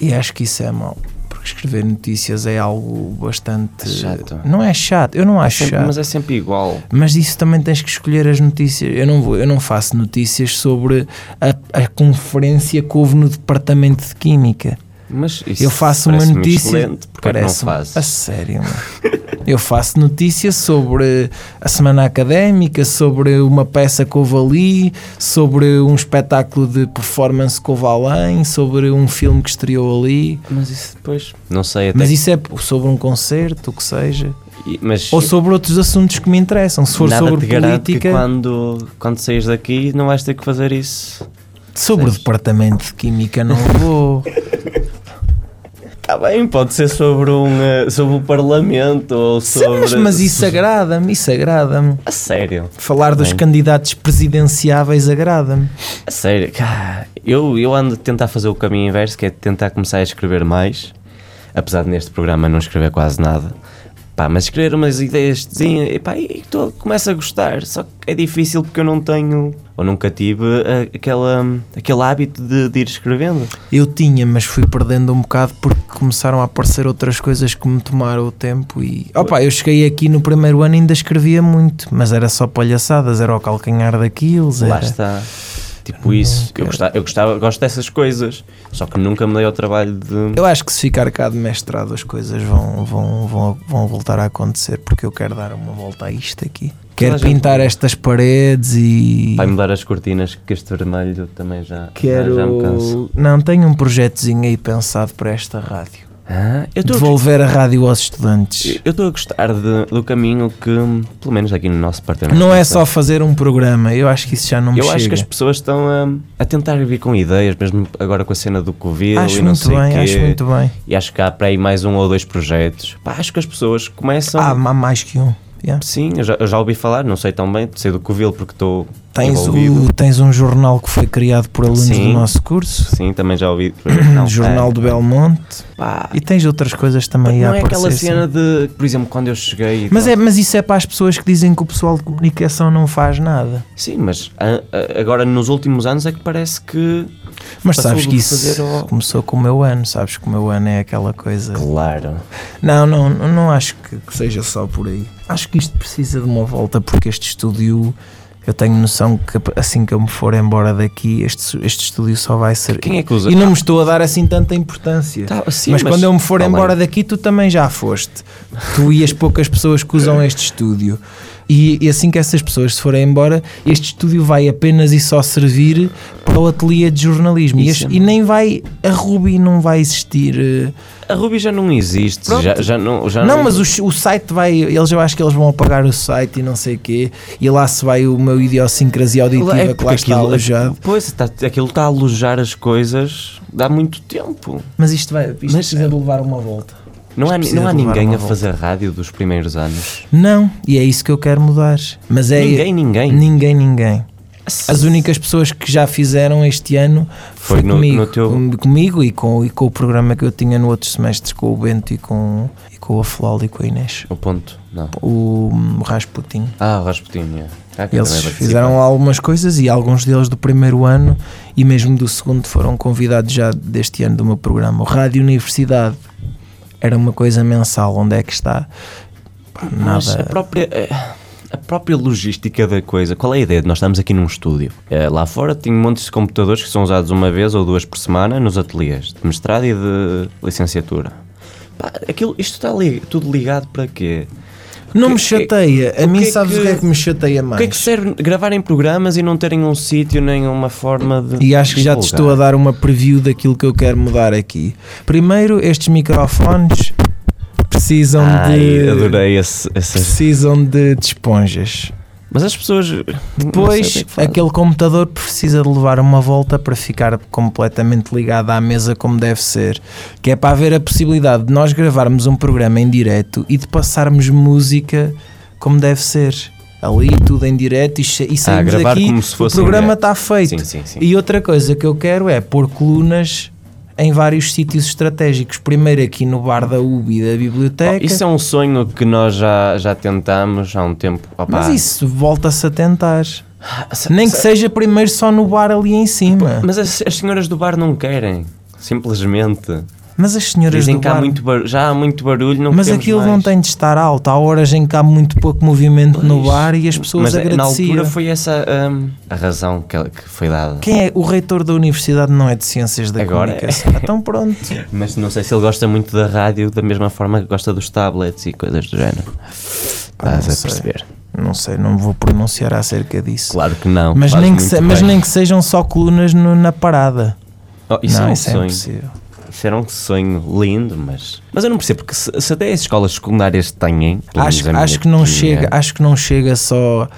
Speaker 2: e acho que isso é mau, porque escrever notícias é algo bastante.
Speaker 3: É chato.
Speaker 2: Não é chato, eu não acho
Speaker 3: Sempre-
Speaker 2: chato.
Speaker 3: mas é sempre igual.
Speaker 2: Mas isso também tens que escolher as notícias. Eu não, vou, eu não faço notícias sobre a, a conferência que houve no departamento de Química.
Speaker 3: Mas isso
Speaker 2: Eu faço uma
Speaker 3: parece-me
Speaker 2: notícia.
Speaker 3: Excelente, porque parece não
Speaker 2: Parece-me- A
Speaker 3: fazes?
Speaker 2: sério, mano. Eu faço notícia sobre a semana académica, sobre uma peça que houve ali, sobre um espetáculo de performance que houve além, sobre um filme que estreou ali.
Speaker 3: Mas isso depois. Não sei até.
Speaker 2: Mas isso é sobre um concerto, o que seja.
Speaker 3: e- mas
Speaker 2: Ou sobre outros assuntos que me interessam. Se for
Speaker 3: nada
Speaker 2: sobre
Speaker 3: te garante que
Speaker 2: política,
Speaker 3: quando, quando saís daqui não vais ter que fazer isso.
Speaker 2: sobre o
Speaker 3: Sabes?
Speaker 2: departamento de química, não vou.
Speaker 3: Está Tá bem, pode ser sobre, um, ah, sobre o Parlamento ou
Speaker 2: Sim,
Speaker 3: sobre.
Speaker 2: mas, mas isso agrada-me, isso agrada-me.
Speaker 3: A sério.
Speaker 2: Falar dos
Speaker 3: Bem.
Speaker 2: candidatos presidenciáveis agrada-me.
Speaker 3: A sério, cá, eu, eu ando a tentar fazer o caminho inverso, que é tentar começar a escrever mais, apesar de neste programa não escrever quase nada, Pá, mas escrever umas ideias e pá, e tô, começo a gostar. Só que é difícil porque eu não tenho, ou nunca tive, a- aquela, aquele hábito de, de ir escrevendo.
Speaker 2: Eu tinha, mas fui perdendo um bocado porque começaram a aparecer outras coisas que me tomaram o tempo e... Opa, eu cheguei aqui no primeiro ano e ainda escrevia muito, mas era só palhaçadas, era o calcanhar daqueles,
Speaker 3: Lá
Speaker 2: era...
Speaker 3: está. Tipo isso. Eu, gostava, eu gostava, gosto dessas coisas. Só que nunca me dei ao trabalho de.
Speaker 2: Eu acho que se ficar cá de mestrado as coisas vão, vão, vão, vão voltar a acontecer porque eu quero dar uma volta a isto aqui. Quero
Speaker 3: a gente-
Speaker 2: pintar estas paredes e...
Speaker 3: Vai mudar as cortinas, que este vermelho eu também já, já, já me canso.
Speaker 2: Quero. Não, tenho um projetozinho aí pensado para esta rádio.
Speaker 3: Ah, eu estou
Speaker 2: Devolver a rádio aos estudantes.
Speaker 3: Eu estou a gostar de- do caminho que, pelo menos aqui no nosso departamento.
Speaker 2: Não é só fazer um programa, eu acho que isso já não me
Speaker 3: Eu acho que
Speaker 2: chega.
Speaker 3: as pessoas estão a, a tentar vir com ideias, mesmo agora com a cena do Covid
Speaker 2: Acho
Speaker 3: e não
Speaker 2: muito
Speaker 3: sei
Speaker 2: bem,
Speaker 3: quê.
Speaker 2: acho muito bem.
Speaker 3: E acho que há para aí mais um ou dois projetos. Pá, acho que as pessoas começam.
Speaker 2: Ah, há mais que um. yeah.
Speaker 3: Sim, eu já, eu já ouvi falar, não sei tão bem, sei do Covil porque estou
Speaker 2: Tens,
Speaker 3: tá envolvido.
Speaker 2: o, tens um jornal que foi criado por alunos
Speaker 3: Sim.
Speaker 2: do nosso curso,
Speaker 3: Sim, também já ouvi.
Speaker 2: o Jornal do Belmonte,
Speaker 3: é, pá,
Speaker 2: e tens outras coisas também
Speaker 3: não
Speaker 2: a
Speaker 3: é
Speaker 2: aparecer.
Speaker 3: aquela
Speaker 2: sim.
Speaker 3: cena de, por exemplo, quando eu cheguei. e
Speaker 2: Mas,
Speaker 3: tal.
Speaker 2: é, mas isso é para as pessoas que dizem que o pessoal de comunicação não faz nada.
Speaker 3: Sim, mas ah, ah, agora nos últimos anos é que parece que.
Speaker 2: Mas
Speaker 3: Passou
Speaker 2: sabes
Speaker 3: do
Speaker 2: que
Speaker 3: que
Speaker 2: isso
Speaker 3: fazer ao-
Speaker 2: começou com o meu ano, sabes que o meu ano é aquela coisa.
Speaker 3: Claro.
Speaker 2: Não, não, não não acho que, que seja só por aí. Acho que isto precisa de uma volta porque este estúdio, eu tenho noção que assim que eu me for embora daqui, este, este estúdio só vai ser.
Speaker 3: Quem é que usa?
Speaker 2: E não me estou a dar assim tanta importância.
Speaker 3: Tá, sim,
Speaker 2: mas, quando eu me for
Speaker 3: tá bem.
Speaker 2: embora daqui, tu também já foste. Tu e as poucas pessoas que usam este estúdio. E, e assim que essas pessoas se forem embora, este estúdio vai apenas e só servir para o ateliê de jornalismo. E,
Speaker 3: Isso
Speaker 2: este-
Speaker 3: é
Speaker 2: e nem vai. A Ruby não vai existir. eh,
Speaker 3: A Ruby já não existe.
Speaker 2: Pronto.
Speaker 3: Já, já não, já
Speaker 2: Não, mas o, o site vai. Eles eu acho que eles vão apagar o site e não sei o quê. E lá se vai o meu idiosincrasia
Speaker 3: é
Speaker 2: auditiva é que lá está alojado.
Speaker 3: Pois, tá, aquilo está a alojar as coisas dá muito tempo.
Speaker 2: Mas isto vai. Isto
Speaker 3: Mas-
Speaker 2: precisa de levar uma volta.
Speaker 3: Não há,
Speaker 2: precisa
Speaker 3: não há
Speaker 2: de levar
Speaker 3: ninguém
Speaker 2: uma
Speaker 3: a
Speaker 2: volta.
Speaker 3: fazer rádio dos primeiros anos.
Speaker 2: Não, e é isso que eu quero mudar. Mas é.
Speaker 3: Ninguém, ninguém.
Speaker 2: Ninguém, ninguém. As únicas pessoas que já fizeram este ano foi,
Speaker 3: Foi no-
Speaker 2: comigo,
Speaker 3: no teu-
Speaker 2: com- comigo e com, e com o programa que eu tinha no outro semestre com o Bento e com, e com a Flol e com a Inês.
Speaker 3: O ponto, não.
Speaker 2: O, o Rasputin.
Speaker 3: Ah, o Rasputin, é. Ah, que eu
Speaker 2: Eles
Speaker 3: também
Speaker 2: fizeram algumas coisas e alguns deles do primeiro ano e mesmo do segundo foram convidados já deste ano do meu programa. O Rádio Universidade era uma coisa mensal, onde é que está? Pá,
Speaker 3: participei. Mas a
Speaker 2: é Nada.
Speaker 3: própria... eh, A própria logística da coisa, qual é a ideia de nós estamos aqui num estúdio? Eh, lá fora tem montes de computadores que são usados uma vez ou duas por semana nos ateliês de mestrado e de licenciatura. Pá, aquilo, isto está li- tudo ligado para quê?
Speaker 2: Não me
Speaker 3: que-
Speaker 2: chateia. A
Speaker 3: o
Speaker 2: mim,
Speaker 3: que é
Speaker 2: sabes o
Speaker 3: que-
Speaker 2: que é que me chateia
Speaker 3: O
Speaker 2: mais?
Speaker 3: que é que serve gravarem programas e não terem um sítio nem uma forma de.
Speaker 2: E acho que já te
Speaker 3: divulgar?
Speaker 2: estou a dar uma preview daquilo que eu quero mudar aqui. Primeiro, estes microfones precisam
Speaker 3: Ai,
Speaker 2: de.
Speaker 3: adorei esse, esse-
Speaker 2: Precisam de, de esponjas.
Speaker 3: Mas as pessoas. não sei
Speaker 2: Depois,
Speaker 3: o que é que fazem.
Speaker 2: aquele computador precisa de levar uma volta para ficar completamente ligado à mesa como deve ser. Que é para haver a possibilidade de nós gravarmos um programa em direto e de passarmos música como deve ser. Ali, tudo em direto e, che- e saímos
Speaker 3: Ah, gravar
Speaker 2: daqui,
Speaker 3: como se
Speaker 2: o
Speaker 3: fosse em
Speaker 2: programa
Speaker 3: direto.
Speaker 2: está feito.
Speaker 3: Sim, sim, sim.
Speaker 2: E outra coisa que eu quero é pôr colunas em vários sítios estratégicos. Primeiro aqui no bar da UBI da biblioteca.
Speaker 3: Isso é um sonho que nós já, já tentámos há um tempo. Opa, ah,
Speaker 2: Mas isso volta-se a tentar.
Speaker 3: se-
Speaker 2: Nem que
Speaker 3: se-
Speaker 2: seja primeiro só no bar ali em cima.
Speaker 3: Mas as, as senhoras do bar não querem. Simplesmente.
Speaker 2: Mas as senhoras
Speaker 3: Dizem
Speaker 2: do
Speaker 3: que há
Speaker 2: bar...
Speaker 3: muito barulho, já há muito barulho, não
Speaker 2: Mas
Speaker 3: queremos
Speaker 2: aquilo
Speaker 3: mais.
Speaker 2: não tem de estar alto. Há horas em que há muito pouco movimento no
Speaker 3: Pois.
Speaker 2: bar e as pessoas
Speaker 3: Mas eh, na
Speaker 2: agradeciam.
Speaker 3: altura foi essa hum, a razão que, que foi dada.
Speaker 2: Quem é? O reitor da universidade não é de ciências da
Speaker 3: Agora é.
Speaker 2: comunicação. Então pronto.
Speaker 3: Mas não sei se ele gosta muito da rádio da mesma forma que gosta dos tablets e coisas do género.
Speaker 2: não
Speaker 3: Estás a
Speaker 2: sei.
Speaker 3: perceber?
Speaker 2: Não sei, não vou pronunciar acerca disso.
Speaker 3: Claro que não.
Speaker 2: Mas,
Speaker 3: faz
Speaker 2: nem que,
Speaker 3: muito
Speaker 2: se- mas
Speaker 3: bem.
Speaker 2: nem que sejam só colunas no- na parada.
Speaker 3: Oh, isso
Speaker 2: não,
Speaker 3: é um
Speaker 2: isso é
Speaker 3: sonho.
Speaker 2: impossível.
Speaker 3: isso era um sonho lindo, mas. Mas eu não percebo, porque se, se até as escolas secundárias têm. pelo menos
Speaker 2: Acho,
Speaker 3: a minha
Speaker 2: acho que não
Speaker 3: tinha,
Speaker 2: chega, acho que não chega só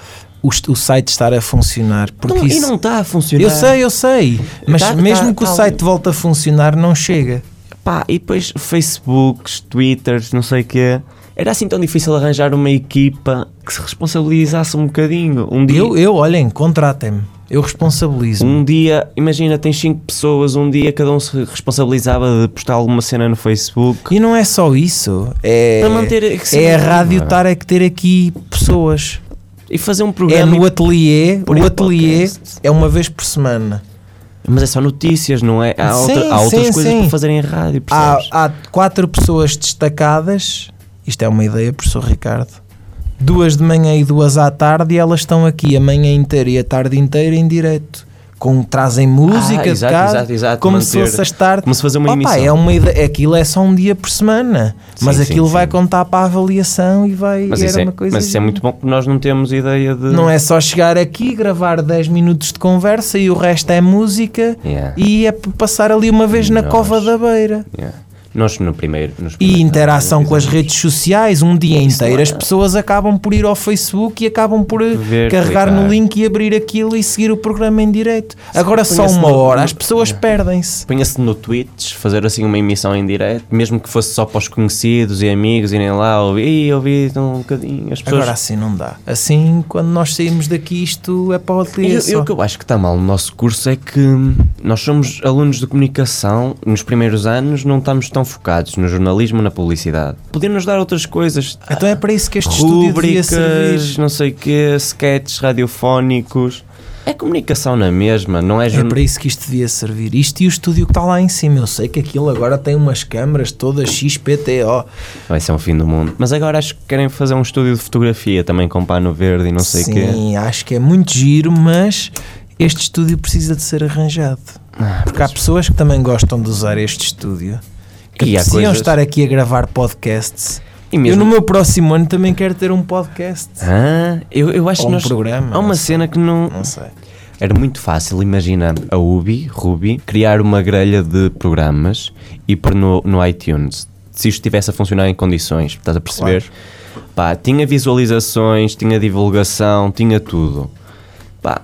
Speaker 2: o, est- o site estar a funcionar, porque
Speaker 3: não,
Speaker 2: isso
Speaker 3: E não está a funcionar.
Speaker 2: Eu sei, eu sei, mas
Speaker 3: Tá-
Speaker 2: mesmo
Speaker 3: tá-
Speaker 2: que o
Speaker 3: tá
Speaker 2: site
Speaker 3: ali.
Speaker 2: volte a funcionar não chega.
Speaker 3: Pá, e depois Facebooks, Twitters, não sei o quê. Era assim tão difícil arranjar uma equipa que se responsabilizasse um bocadinho. Um dia.
Speaker 2: Eu, eu olhem, contratem-me. Eu responsabilizo-me.
Speaker 3: Um dia, imagina, tens 5 pessoas, um dia cada um se responsabilizava de postar alguma cena no Facebook.
Speaker 2: E não é só isso. É,
Speaker 3: Para manter a- que se
Speaker 2: é a
Speaker 3: mantenha.
Speaker 2: rádio estar a ter aqui pessoas.
Speaker 3: E fazer um
Speaker 2: É
Speaker 3: programa.
Speaker 2: no ateliê.
Speaker 3: por
Speaker 2: O
Speaker 3: um
Speaker 2: ateliê
Speaker 3: podcast.
Speaker 2: é uma vez por semana.
Speaker 3: Mas é só notícias, não é? Há, outra-
Speaker 2: Sim,
Speaker 3: há outras
Speaker 2: sim,
Speaker 3: coisas
Speaker 2: sim.
Speaker 3: para fazerem em rádio,
Speaker 2: Há,
Speaker 3: percebes?
Speaker 2: há quatro pessoas destacadas. Isto é uma ideia, professor Ricardo. Duas de manhã e duas à tarde, e elas estão aqui a manhã inteira e a tarde inteira em direto. Com, trazem música de
Speaker 3: Ah, exato,
Speaker 2: casa,
Speaker 3: exato, exato,
Speaker 2: como se
Speaker 3: manter-
Speaker 2: fosse a estar.
Speaker 3: Como se fazer uma
Speaker 2: Opa,
Speaker 3: emissão.
Speaker 2: é uma ideia, aquilo é só um dia por semana,
Speaker 3: Sim,
Speaker 2: mas
Speaker 3: sim,
Speaker 2: aquilo vai
Speaker 3: sim.
Speaker 2: contar para a avaliação e vai
Speaker 3: Mas,
Speaker 2: era
Speaker 3: isso é,
Speaker 2: uma coisa
Speaker 3: mas isso é
Speaker 2: gira.
Speaker 3: muito bom porque nós não temos ideia de.
Speaker 2: Não é só chegar aqui, gravar 10 minutos de conversa e o resto é música
Speaker 3: Yeah,
Speaker 2: e é p- passar ali uma vez na
Speaker 3: Nós.
Speaker 2: cova da beira.
Speaker 3: yeah. Nós no primeiro. nos
Speaker 2: é. E
Speaker 3: primeiros
Speaker 2: interação
Speaker 3: anos,
Speaker 2: com as redes sociais, um dia
Speaker 3: Isso
Speaker 2: inteiro.
Speaker 3: lá.
Speaker 2: As pessoas acabam por ir ao Facebook e acabam por eh,
Speaker 3: Ver,
Speaker 2: carregar no
Speaker 3: clicar.
Speaker 2: link e abrir aquilo e seguir o programa em direto. Agora só
Speaker 3: põe-se
Speaker 2: uma
Speaker 3: no-
Speaker 2: hora,
Speaker 3: no-
Speaker 2: as pessoas perdem-se.
Speaker 3: Punha-se no Twitch, fazer assim uma emissão em direto, mesmo que fosse só para os conhecidos e amigos irem lá ouvir, "Ih, ouvi um bocadinho. As pessoas
Speaker 2: Agora assim não dá. Assim, quando nós saímos daqui, isto é para o
Speaker 3: E
Speaker 2: ateliê
Speaker 3: eu- eu,
Speaker 2: só.
Speaker 3: o que eu acho que está mal no nosso curso é que nós somos alunos de comunicação, nos primeiros anos não estamos tão focados no jornalismo, na publicidade. Podíamos dar outras coisas,
Speaker 2: Então é para isso que este estúdio devia
Speaker 3: rubricas,
Speaker 2: servir.
Speaker 3: não sei o quê, sketches radiofónicos. É comunicação na mesma, não é
Speaker 2: É para
Speaker 3: jornalismo.
Speaker 2: isso que isto devia servir. Isto e o estúdio que está lá em cima. Eu sei que aquilo agora tem umas câmaras todas XPTO.
Speaker 3: Vai ser um fim do mundo. Mas agora acho que querem fazer um estúdio de fotografia também com pano verde e não sei o quê.
Speaker 2: Sim, acho que é muito giro, mas este estúdio precisa de ser arranjado.
Speaker 3: Ah,
Speaker 2: Porque há pessoas que também gostam de usar este estúdio. Que
Speaker 3: E há
Speaker 2: precisam
Speaker 3: coisas-
Speaker 2: estar aqui a gravar podcasts.
Speaker 3: E mesmo.
Speaker 2: Eu no meu próximo ano também quero ter um podcast.
Speaker 3: Hã? Ah, eu, eu acho
Speaker 2: Ou
Speaker 3: que
Speaker 2: um
Speaker 3: nós-
Speaker 2: programa,
Speaker 3: Há
Speaker 2: não
Speaker 3: uma
Speaker 2: sei.
Speaker 3: cena que não.
Speaker 2: Não sei.
Speaker 3: Era muito fácil, imagina a Ubi, Ruby, criar uma grelha de programas e pôr no, no iTunes. Se isto estivesse a funcionar em condições, estás a perceber? Pá, tinha visualizações, tinha divulgação, tinha tudo. Pá,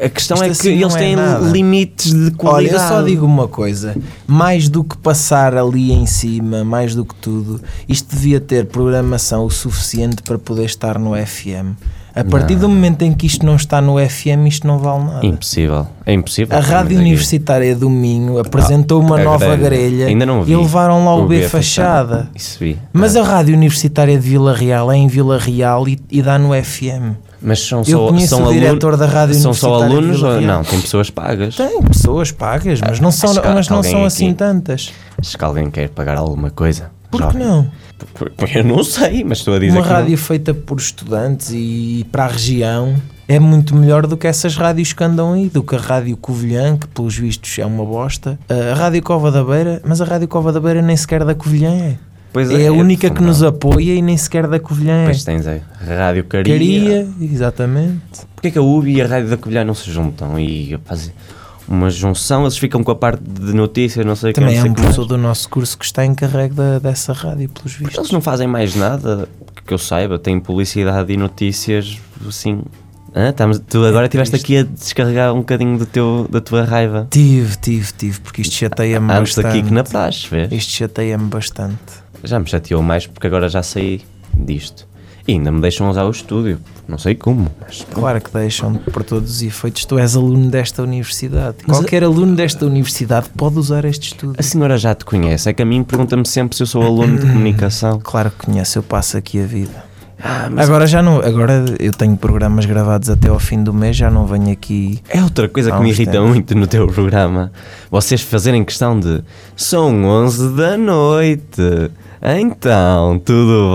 Speaker 3: a questão
Speaker 2: Isto
Speaker 3: é
Speaker 2: assim
Speaker 3: que
Speaker 2: não
Speaker 3: eles
Speaker 2: é
Speaker 3: têm
Speaker 2: nada.
Speaker 3: limites de
Speaker 2: Olha,
Speaker 3: qualidade.
Speaker 2: eu só digo uma coisa: mais do que passar ali em cima, mais do que tudo, isto devia ter programação o suficiente para poder estar no FM. A partir do momento em que isto não está no FM, isto não vale nada.
Speaker 3: Impossível, é impossível.
Speaker 2: A Rádio
Speaker 3: Aqui.
Speaker 2: Universitária do Minho apresentou uma
Speaker 3: A
Speaker 2: nova grelha
Speaker 3: Ainda não vi.
Speaker 2: e levaram lá o
Speaker 3: Não vi
Speaker 2: B
Speaker 3: a
Speaker 2: Fachada.
Speaker 3: Isso vi.
Speaker 2: Mas a Rádio Universitária de Vila Real é em Vila Real e, e dá no FM.
Speaker 3: Mas são
Speaker 2: Eu
Speaker 3: só,
Speaker 2: conheço
Speaker 3: são
Speaker 2: o diretor
Speaker 3: alunos.
Speaker 2: da Rádio
Speaker 3: São só
Speaker 2: Universitária de
Speaker 3: alunos?
Speaker 2: Vila
Speaker 3: ou-
Speaker 2: Real.
Speaker 3: Não, tem pessoas pagas.
Speaker 2: Tem pessoas pagas, mas não são,
Speaker 3: acho que há
Speaker 2: mas não
Speaker 3: alguém
Speaker 2: são assim
Speaker 3: aqui.
Speaker 2: tantas.
Speaker 3: Acho que alguém quer pagar alguma coisa.
Speaker 2: Por que
Speaker 3: Jovem.
Speaker 2: não?
Speaker 3: Por- por- Eu não sei, mas estou a dizer
Speaker 2: Uma
Speaker 3: que
Speaker 2: rádio feita por estudantes e para a região é muito melhor do que essas rádios que andam aí, do que a Rádio Covilhã, que pelos vistos é uma bosta. A Rádio Cova da Beira, mas a Rádio Cova da Beira nem sequer da Covilhã é.
Speaker 3: não. Pois
Speaker 2: é, a única que nos
Speaker 3: fundão.
Speaker 2: apoia e nem sequer da Covilhã é.
Speaker 3: Pois É tens a Rádio Caria.
Speaker 2: Caria, exatamente.
Speaker 3: Porquê que a UBI e a Rádio da Covilhã não se juntam e fazem uma junção? Eles ficam com a parte de notícias, não sei o que,
Speaker 2: Também é
Speaker 3: não sei
Speaker 2: um
Speaker 3: o que mais.
Speaker 2: professor do nosso curso que está encarregue da- dessa rádio, pelos
Speaker 3: Porque
Speaker 2: vistos.
Speaker 3: Eles não fazem mais nada que eu saiba. Tem publicidade e notícias, assim. Hã? Estamos- tu
Speaker 2: É
Speaker 3: agora estiveste aqui a descarregar um bocadinho do teu, da tua raiva.
Speaker 2: Tive, tive, tive, porque isto chateia-me
Speaker 3: Antes
Speaker 2: bastante.
Speaker 3: daqui que na paz, vês?
Speaker 2: Isto chateia-me bastante.
Speaker 3: Já me chateou mais porque agora já saí disto. E ainda me deixam usar o estúdio. Não sei como, mas
Speaker 2: Claro que deixam por todos os efeitos. Tu és aluno desta universidade.
Speaker 3: Mas Assim-
Speaker 2: Qualquer aluno desta universidade pode usar este estudo.
Speaker 3: A senhora já te conhece, é que a mim pergunta-me sempre se eu sou aluno de comunicação.
Speaker 2: Claro que conheço, eu passo aqui a vida. Agora já não, agora eu tenho programas gravados até ao fim do mês, já não venho aqui.
Speaker 3: É outra coisa
Speaker 2: Há
Speaker 3: que me
Speaker 2: uns
Speaker 3: irrita
Speaker 2: tempos.
Speaker 3: muito no teu programa. Vocês fazerem questão de são 11 da noite. Então, tudo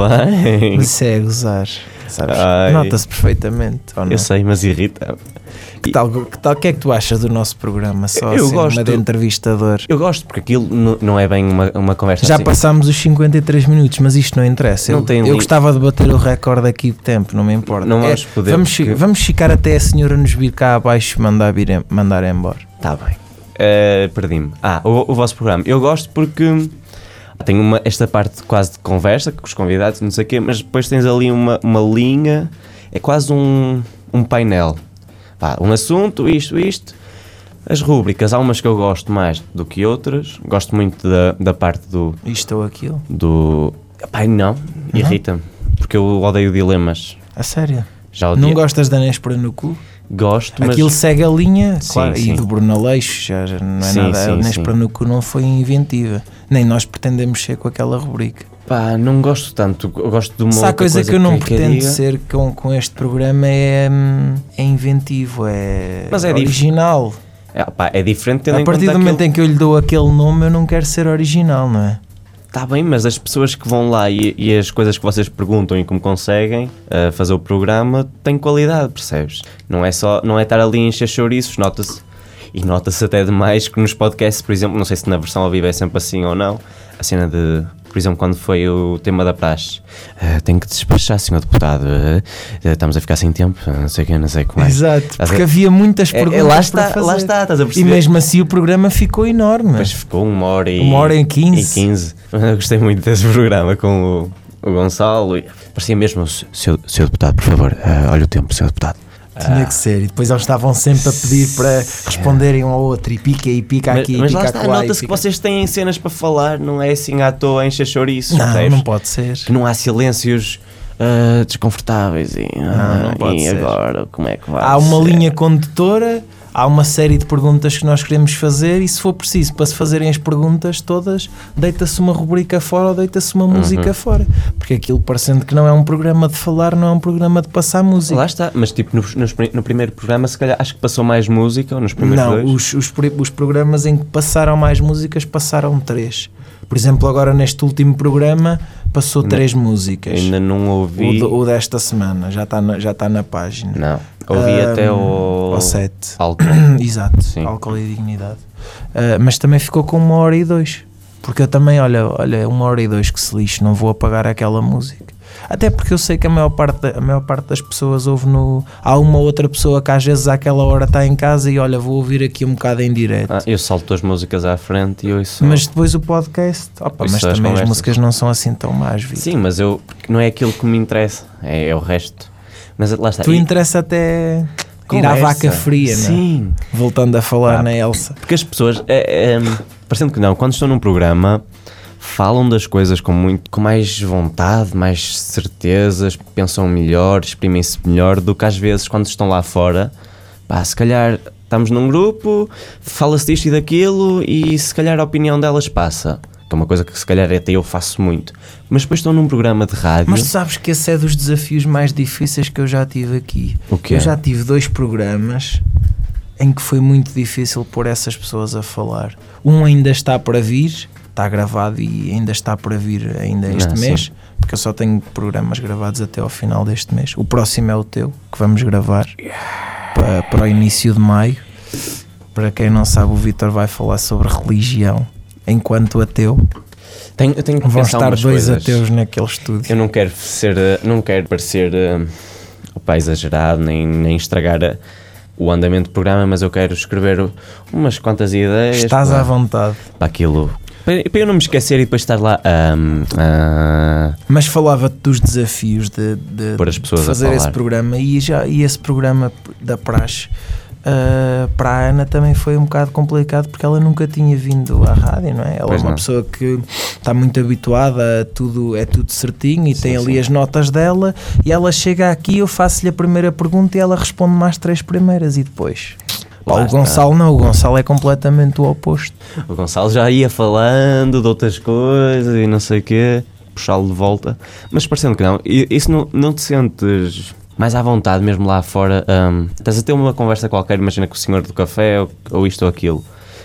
Speaker 3: bem?
Speaker 2: Isso é gozar, sabes?
Speaker 3: Ai.
Speaker 2: Nota-se perfeitamente. Ou não?
Speaker 3: Eu sei, mas irrita.
Speaker 2: Que tal, que tal, o que é que tu achas do nosso programa? Só
Speaker 3: Eu
Speaker 2: assim, uma
Speaker 3: gosto.
Speaker 2: de entrevistador.
Speaker 3: Eu gosto porque aquilo n- não é bem uma, uma conversa
Speaker 2: Já
Speaker 3: assim.
Speaker 2: passámos os 53 minutos, mas isto não interessa.
Speaker 3: Não
Speaker 2: eu,
Speaker 3: tem
Speaker 2: eu
Speaker 3: li-
Speaker 2: gostava de bater o recorde aqui de tempo, não me importa. É,
Speaker 3: Não vamos poder,
Speaker 2: Vamos, fi-
Speaker 3: porque-
Speaker 2: vamos ficar até a senhora nos vir cá abaixo e mandar, vir em- mandar embora.
Speaker 3: Tá bem. Eh, Perdi-me. Ah, o, o vosso programa. Eu gosto porque tem uma, esta parte quase de conversa com os convidados, não sei o quê, mas depois tens ali uma, uma linha, é quase um, um painel. Pá, um assunto, isto, isto. As rúbricas, há umas que eu gosto mais do que outras. Gosto muito da, da parte do.
Speaker 2: Isto ou aquilo.
Speaker 3: do... Pai, não, irrita-me. Porque eu odeio dilemas.
Speaker 2: A sério?
Speaker 3: Já
Speaker 2: Não
Speaker 3: odeio.
Speaker 2: gostas da Néspera no cu?
Speaker 3: gosto, mas.
Speaker 2: Aquilo segue a linha
Speaker 3: Sim,
Speaker 2: claro,
Speaker 3: sim.
Speaker 2: e do Bruno Aleixo, já, já não é
Speaker 3: Sim,
Speaker 2: nada.
Speaker 3: sim,
Speaker 2: a
Speaker 3: sim.
Speaker 2: Inês Planuco não foi inventiva, nem nós pretendemos ser com aquela rubrica.
Speaker 3: Pá, não gosto tanto. Eu gosto de uma
Speaker 2: Se há
Speaker 3: outra
Speaker 2: coisa, que eu não pretendo
Speaker 3: diga.
Speaker 2: ser com, com este programa é, hum, é inventivo, é,
Speaker 3: Mas é dif-
Speaker 2: original.
Speaker 3: É, pá, é diferente tendo
Speaker 2: A
Speaker 3: em
Speaker 2: partir
Speaker 3: conta
Speaker 2: do momento
Speaker 3: que
Speaker 2: em que eu lhe dou aquele nome, eu não quero ser original, não é?
Speaker 3: Está Tá bem, mas as pessoas que vão lá e, e as coisas que vocês perguntam e como conseguem ah, fazer o programa têm qualidade, percebes? Não é só, não é estar ali a encher chouriços, nota-se. E nota-se até demais que nos podcasts, por exemplo, não sei se na versão ao vivo é sempre assim ou não, a cena de, por exemplo, quando foi o tema da praxe. Ah, tenho que despachar, senhor deputado. ah, estamos a ficar sem tempo, não sei o que, não sei como é.
Speaker 2: Exato,
Speaker 3: Mas
Speaker 2: porque
Speaker 3: é-
Speaker 2: havia muitas
Speaker 3: é- é,
Speaker 2: perguntas.
Speaker 3: lá,
Speaker 2: para
Speaker 3: está, lá
Speaker 2: fazer.
Speaker 3: está, estás a
Speaker 2: E
Speaker 3: perceber?
Speaker 2: mesmo assim o programa ficou enorme.
Speaker 3: Mas ficou uma hora e.
Speaker 2: É. Uma hora e
Speaker 3: E
Speaker 2: 15.
Speaker 3: 15. Eu gostei muito desse programa com o, o Gonçalo. e Parecia mesmo. Seu, seu deputado, por favor, eh, olha o tempo, seu deputado.
Speaker 2: Ah. Tinha que ser. E depois eles estavam sempre a pedir para responderem um ao outro e pica e pica
Speaker 3: Mas,
Speaker 2: aqui
Speaker 3: mas
Speaker 2: e
Speaker 3: lá
Speaker 2: pica
Speaker 3: está,
Speaker 2: acolá, e
Speaker 3: nota-se que
Speaker 2: pica-
Speaker 3: vocês têm cenas para falar, não é assim à toa, encher chouriços,
Speaker 2: Não,
Speaker 3: percebes?
Speaker 2: não pode ser.
Speaker 3: Que não há silêncios ah, desconfortáveis e, ah,
Speaker 2: não pode
Speaker 3: e
Speaker 2: ser.
Speaker 3: agora, como é que vai
Speaker 2: Há uma
Speaker 3: ser?
Speaker 2: linha condutora, há uma série de perguntas que nós queremos fazer e se for preciso, para se fazerem as perguntas todas, deita-se uma rubrica fora ou deita-se uma
Speaker 3: Uhum.
Speaker 2: música fora. Porque aquilo parecendo que não é um programa de falar, não é um programa de passar música.
Speaker 3: Lá está, mas tipo nos- nos pri- no primeiro programa, se calhar acho que passou mais música, ou nos primeiros
Speaker 2: Não,
Speaker 3: dois.
Speaker 2: os, os, pri- os programas em que passaram mais músicas passaram três. Por exemplo, agora neste último programa passou três músicas.
Speaker 3: Ainda não
Speaker 2: O,
Speaker 3: ouvi.
Speaker 2: do- o desta semana, já está na, já tá na página.
Speaker 3: Não, ouvi
Speaker 2: Ahm,
Speaker 3: até o.
Speaker 2: Ah, Ao 7.
Speaker 3: Alto.
Speaker 2: Exato,
Speaker 3: Sim.
Speaker 2: álcool e dignidade. Ah, mas também ficou com uma hora e dois. Porque eu também, olha, olha, uma hora e dois que se lixe, não vou apagar aquela música. Até porque eu sei que a maior parte, da- a maior parte das pessoas ouve no. Há uma outra pessoa que às vezes àquela hora está em casa e olha, vou ouvir aqui um bocado em direto.
Speaker 3: Ah, eu salto as músicas à frente e eu isso.
Speaker 2: mas depois o podcast. Opa,
Speaker 3: Isso
Speaker 2: mas
Speaker 3: são as
Speaker 2: também as
Speaker 3: conversas.
Speaker 2: músicas não são assim tão más, Vitor.
Speaker 3: Sim, mas eu porque não é aquilo que me interessa, é, é o resto. Mas lá está.
Speaker 2: Tu
Speaker 3: e-
Speaker 2: interessa até ir à
Speaker 3: conversa.
Speaker 2: vaca fria, né?
Speaker 3: Sim,
Speaker 2: Voltando a falar na Elsa.
Speaker 3: porque as pessoas, é, é, parecendo que não, quando estão num programa, falam das coisas com muito, com mais vontade, mais certezas, pensam melhor, exprimem-se melhor do que às vezes quando estão lá fora. Pá, se calhar estamos num grupo, fala-se disto e daquilo e se calhar a opinião delas passa. Que é uma coisa que se calhar até eu faço muito. Mas depois estão num programa de rádio.
Speaker 2: Mas tu sabes que esse é dos desafios mais difíceis que eu já tive aqui.
Speaker 3: O quê?
Speaker 2: Eu já tive dois programas em que foi muito difícil pôr essas pessoas a falar. Um ainda está para vir, está gravado e ainda está para vir ainda este
Speaker 3: Ah, sim.
Speaker 2: mês, porque eu só tenho programas gravados até ao final deste mês. O próximo é o teu, que vamos gravar para, para o início de maio. Para quem não sabe, o Vitor vai falar sobre religião. Enquanto ateu,
Speaker 3: Tenho, eu tenho que
Speaker 2: vão
Speaker 3: pensar
Speaker 2: estar
Speaker 3: umas
Speaker 2: dois
Speaker 3: coisas.
Speaker 2: ateus naquele estúdio.
Speaker 3: Eu não quero ser, eh, não quero parecer eh, opa, exagerado nem, nem estragar eh, o andamento do programa, mas eu quero escrever o- umas quantas ideias
Speaker 2: Estás
Speaker 3: pá,
Speaker 2: à vontade.
Speaker 3: para aquilo. Para, para eu não me esquecer e depois estar lá ahm, ah,
Speaker 2: Mas falava-te dos desafios de, de-
Speaker 3: Pôr as pessoas
Speaker 2: de
Speaker 3: a
Speaker 2: fazer
Speaker 3: falar.
Speaker 2: esse programa e, já, e esse programa da Praxe ah, para a Ana também foi um bocado complicado porque ela nunca tinha vindo à rádio, não é? Ela
Speaker 3: Pois
Speaker 2: é uma
Speaker 3: não.
Speaker 2: pessoa que está muito habituada a tudo, é tudo certinho e tem ali
Speaker 3: sim.
Speaker 2: as notas dela e ela chega aqui, eu faço-lhe a primeira pergunta e ela responde mais três primeiras e depois. Pá,
Speaker 3: Lá
Speaker 2: o
Speaker 3: está.
Speaker 2: Gonçalo não, o Gonçalo é completamente o oposto.
Speaker 3: o Gonçalo já ia falando de outras coisas e não sei o quê, puxá-lo de volta. Mas parecendo que não, e- isso não, não te sentes mais à vontade mesmo lá fora? ahm, estás a ter uma conversa qualquer, imagina com o senhor do café ou, ou isto ou aquilo,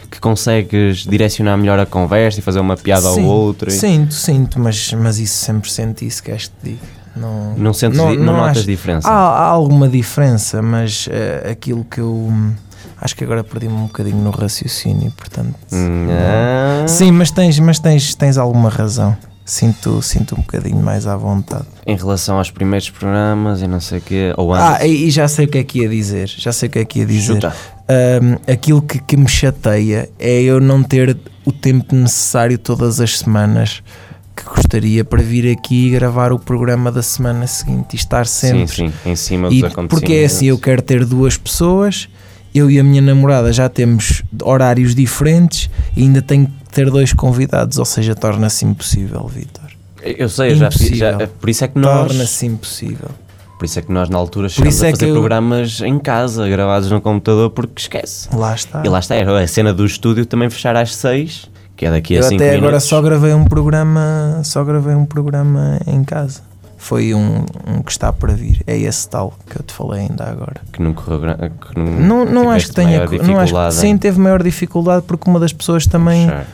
Speaker 3: que consegues direcionar melhor a conversa e fazer uma piada ao
Speaker 2: Sim,
Speaker 3: outro? e-
Speaker 2: Sinto, sinto, mas, mas isso sempre senti, se queres que te diga. Não,
Speaker 3: Não sentes, di- não, notas
Speaker 2: acho- Ah,
Speaker 3: diferença?
Speaker 2: Há, há alguma diferença, mas eh, aquilo que eu. hum, Acho que agora perdi-me um bocadinho no raciocínio, portanto.
Speaker 3: Hum,
Speaker 2: não.
Speaker 3: ah.
Speaker 2: Sim, mas tens, mas tens, tens alguma razão. Sinto, sinto um bocadinho mais à vontade.
Speaker 3: Em relação aos primeiros programas e não sei o quê, ou antes.
Speaker 2: Ah, e, e já sei o que é que ia dizer. Já sei o que é que ia dizer.
Speaker 3: Chuta.
Speaker 2: Ahm, aquilo que, que me chateia é eu não ter o tempo necessário todas as semanas que gostaria para vir aqui e gravar o programa da semana seguinte e estar sempre.
Speaker 3: Sim, sim, em cima dos
Speaker 2: E
Speaker 3: acontecimentos.
Speaker 2: porque é assim, eu quero ter duas pessoas, eu e a minha namorada já temos horários diferentes e ainda tenho que ter dois convidados, ou seja, torna-se impossível, Vitor.
Speaker 3: Eu sei, eu já, fiz- já
Speaker 2: Impossível.
Speaker 3: Por isso é que nós.
Speaker 2: Torna-se impossível.
Speaker 3: Por Por isso é que nós na altura
Speaker 2: Por isso
Speaker 3: chegámos a
Speaker 2: é
Speaker 3: fazer
Speaker 2: que eu-
Speaker 3: programas em casa, gravados no computador, porque esquece.
Speaker 2: Lá está.
Speaker 3: E lá está, era a cena do estúdio também fechar às 6, que é daqui a
Speaker 2: Eu
Speaker 3: 5
Speaker 2: até
Speaker 3: minutos.
Speaker 2: agora só gravei um programa, só gravei um programa em casa. Foi um, um que está para vir. É esse tal que eu te falei ainda agora.
Speaker 3: Que não correu. gra- Que
Speaker 2: Não,
Speaker 3: não,
Speaker 2: não acho
Speaker 3: Hum, tiveste
Speaker 2: que tenha. co-
Speaker 3: maior
Speaker 2: Não acho que,
Speaker 3: dificuldade
Speaker 2: sim,
Speaker 3: em
Speaker 2: teve maior dificuldade porque uma das pessoas também.
Speaker 3: fechar.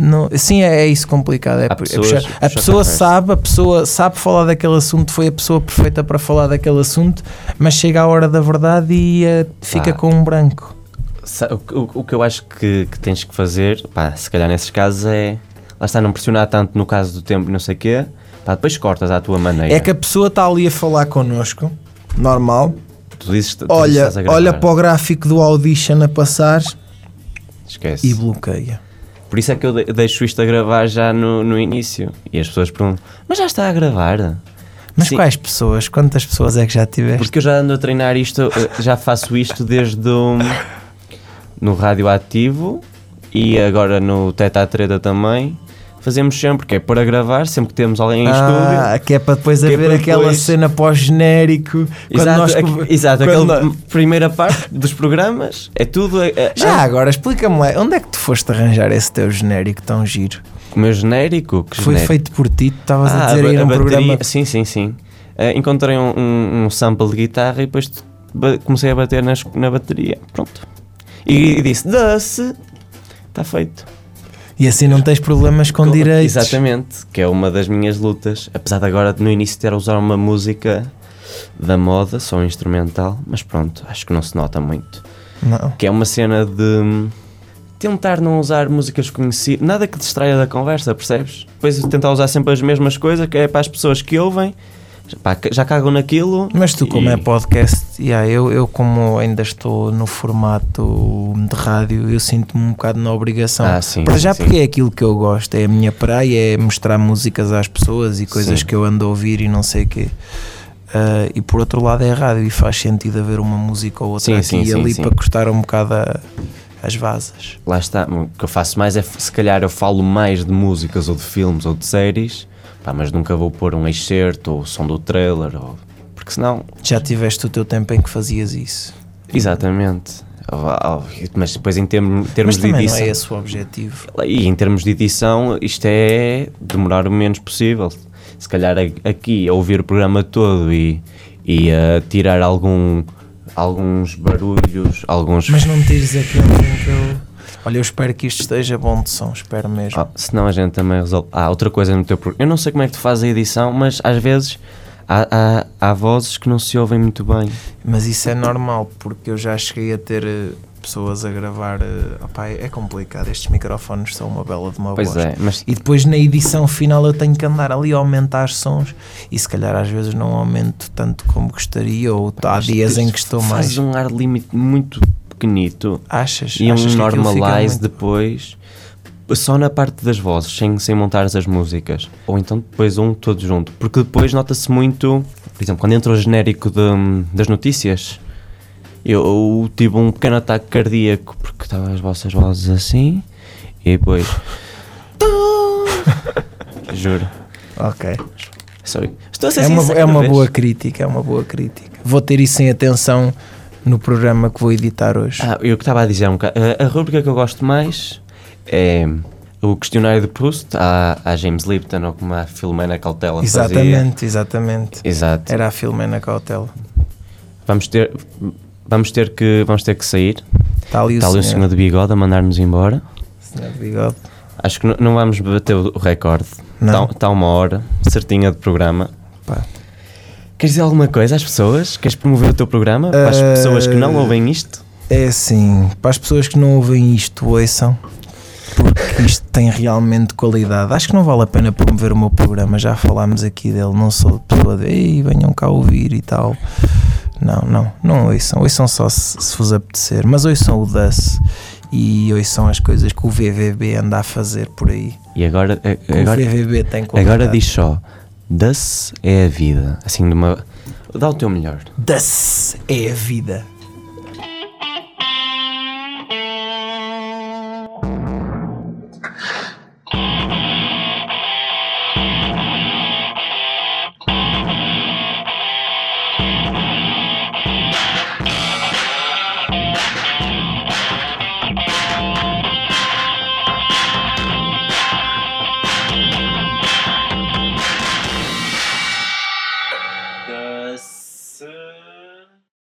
Speaker 2: Não, sim, é, é isso complicado. É,
Speaker 3: Há
Speaker 2: pu- é
Speaker 3: pessoas-
Speaker 2: puxar.
Speaker 3: puxar
Speaker 2: A pessoa
Speaker 3: conversa.
Speaker 2: sabe, a pessoa sabe falar daquele assunto, foi a pessoa perfeita para falar daquele assunto, mas chega à hora da verdade e eh, fica
Speaker 3: Ah.
Speaker 2: com um branco.
Speaker 3: Sa- O, que- o- o que eu acho que, que tens que fazer, pá, se calhar nesses casos é. Lá está, não pressionar tanto no caso do tempo e não sei o quê. Pá, depois cortas à tua maneira.
Speaker 2: É que a pessoa está ali a falar connosco, normal.
Speaker 3: tu dizes tu dizes que
Speaker 2: Olha,
Speaker 3: estás a
Speaker 2: olha
Speaker 3: gravar.
Speaker 2: para o gráfico do Audition a passar
Speaker 3: Esquece.
Speaker 2: e bloqueia.
Speaker 3: Por isso é que eu de- deixo isto a gravar já no, no início. E as pessoas perguntam: Mas já está a gravar?
Speaker 2: Mas
Speaker 3: Sim.
Speaker 2: quais pessoas? Quantas pessoas é que já tiveste?
Speaker 3: Porque eu já ando a treinar isto, eh, já faço isto desde o, no radioativo e agora no Teta à Treta também. Fazemos sempre, que é para gravar, sempre que temos alguém em estúdio.
Speaker 2: Ah, que é para depois
Speaker 3: Que é
Speaker 2: haver
Speaker 3: para
Speaker 2: aquela
Speaker 3: depois-
Speaker 2: cena pós-genérico. quando
Speaker 3: Exato,
Speaker 2: nós-
Speaker 3: aque- exato
Speaker 2: é quando
Speaker 3: aquela
Speaker 2: nós-
Speaker 3: primeira parte dos programas é tudo. é- é-
Speaker 2: Já agora, explica-me lá, onde é que tu foste arranjar esse teu genérico tão giro?
Speaker 3: O um meu genérico. Que
Speaker 2: Foi
Speaker 3: genérico?
Speaker 2: feito por ti, tu estavas
Speaker 3: Ah,
Speaker 2: a dizer
Speaker 3: ba-
Speaker 2: aí
Speaker 3: a
Speaker 2: num
Speaker 3: bateria- assim.
Speaker 2: programa.
Speaker 3: Sim, sim, sim. Eh, encontrei um, um- um sample de guitarra e depois t- ba- comecei a bater nas- na bateria. Pronto. E, e disse: Doce, está feito.
Speaker 2: E assim não tens problemas com direitos.
Speaker 3: Exatamente, que é uma das minhas lutas. Apesar de agora no início ter a usar uma música da moda, só um instrumental, mas pronto, acho que não se nota muito.
Speaker 2: Não.
Speaker 3: que é uma cena de hum, tentar não usar músicas conhecidas, nada que distraia da conversa, percebes? Depois de tentar usar sempre as mesmas coisas, que é para as pessoas que ouvem, já, pá, já cagam naquilo.
Speaker 2: Mas tu, como
Speaker 3: e-
Speaker 2: é podcast, yeah, eu, eu, como ainda estou no formato de rádio, eu sinto-me um bocado na obrigação.
Speaker 3: Ah, sim,
Speaker 2: Para já,
Speaker 3: sim.
Speaker 2: porque é aquilo que eu gosto, é a minha praia, é mostrar músicas às pessoas e coisas
Speaker 3: Sim.
Speaker 2: que eu ando a ouvir e não sei o quê. Ah, e por outro lado, é rádio e faz sentido haver uma música ou outra
Speaker 3: Sim,
Speaker 2: aqui
Speaker 3: sim,
Speaker 2: e
Speaker 3: sim,
Speaker 2: ali
Speaker 3: sim.
Speaker 2: para cortar um bocado a- as vasas.
Speaker 3: Lá está, o que eu faço mais é, se calhar eu falo mais de músicas ou de filmes ou de séries, pá, mas nunca vou pôr um excerto ou o som do trailer, ou... porque senão
Speaker 2: Já tiveste o teu tempo em que fazias isso.
Speaker 3: Exatamente. Ah, ah, Mas depois em termo-
Speaker 2: Mas
Speaker 3: termos de
Speaker 2: também não
Speaker 3: edição.
Speaker 2: é esse o objetivo.
Speaker 3: E em termos de edição, isto é demorar o menos possível. Se calhar a- aqui a ouvir o programa todo e, e a tirar algum, alguns barulhos, alguns.
Speaker 2: Mas não tires aquele em que eu. Olha, eu espero que isto esteja bom de som, espero mesmo.
Speaker 3: Ah, senão a gente também resolve. Ah, outra coisa no teu programa. Eu não sei como é que tu fazes a edição, mas às vezes há, há, há vozes que não se ouvem muito bem.
Speaker 2: Mas isso é normal, porque eu já cheguei a ter eh, pessoas a gravar. eh, opá, é complicado, estes microfones são uma bela de uma
Speaker 3: Pois
Speaker 2: bosta.
Speaker 3: é, mas
Speaker 2: E depois na edição final eu tenho que andar ali a aumentar sons e se calhar às vezes não aumento tanto como gostaria, ou há dias em que estou
Speaker 3: faz
Speaker 2: mais.
Speaker 3: um ar limite muito pequenito.
Speaker 2: Achas?
Speaker 3: E um
Speaker 2: Achas que aquilo fica
Speaker 3: normalize
Speaker 2: muito-
Speaker 3: depois, só na parte das vozes, sem, sem montares as músicas. Ou então depois um todo junto. Porque depois nota-se muito, por exemplo, quando entra o genérico de- das notícias, eu, eu tive um pequeno ataque cardíaco porque estavam as vossas vozes assim e depois. Juro.
Speaker 2: Ok.
Speaker 3: Sorry. Estou a ser
Speaker 2: É uma,
Speaker 3: sincero,
Speaker 2: é uma
Speaker 3: vês?
Speaker 2: boa crítica, é uma boa crítica. Vou ter isso em atenção no programa que vou editar hoje.
Speaker 3: Ah, eu que estava a dizer um bocado. A, a rubrica que eu gosto mais é o questionário de Proust à, à James Lipton ou como a Filomena Cautela fazia.
Speaker 2: exatamente, exatamente.
Speaker 3: Exato.
Speaker 2: Era a Filomena Cautela.
Speaker 3: Vamos ter, vamos, ter que, vamos ter que sair.
Speaker 2: Está ali o
Speaker 3: Está ali
Speaker 2: senhor,
Speaker 3: um senhor de bigode a mandar-nos embora.
Speaker 2: senhor de bigode.
Speaker 3: Acho que n- não vamos bater o o recorde. Está
Speaker 2: Não.
Speaker 3: está uma hora certinha de programa.
Speaker 2: Pá.
Speaker 3: Queres dizer alguma coisa às pessoas? Queres promover o teu programa para as
Speaker 2: Eh,
Speaker 3: pessoas que não ouvem isto?
Speaker 2: É assim, para as pessoas que não ouvem isto, ouçam, porque isto tem realmente qualidade. Acho que não vale a pena promover o meu programa, já falámos aqui dele, não sou pessoa de Ei, venham cá ouvir e tal. Não, não, não ouçam, ouçam só se, se vos apetecer, mas ouçam o DAS e ouçam as coisas que o VVB anda a fazer por aí.
Speaker 3: E agora, a-
Speaker 2: Que
Speaker 3: agora
Speaker 2: o VVB tem qualidade.
Speaker 3: Agora diz só: Doce é a vida. Assim, de uma. Dá o teu melhor.
Speaker 2: DAS é a vida.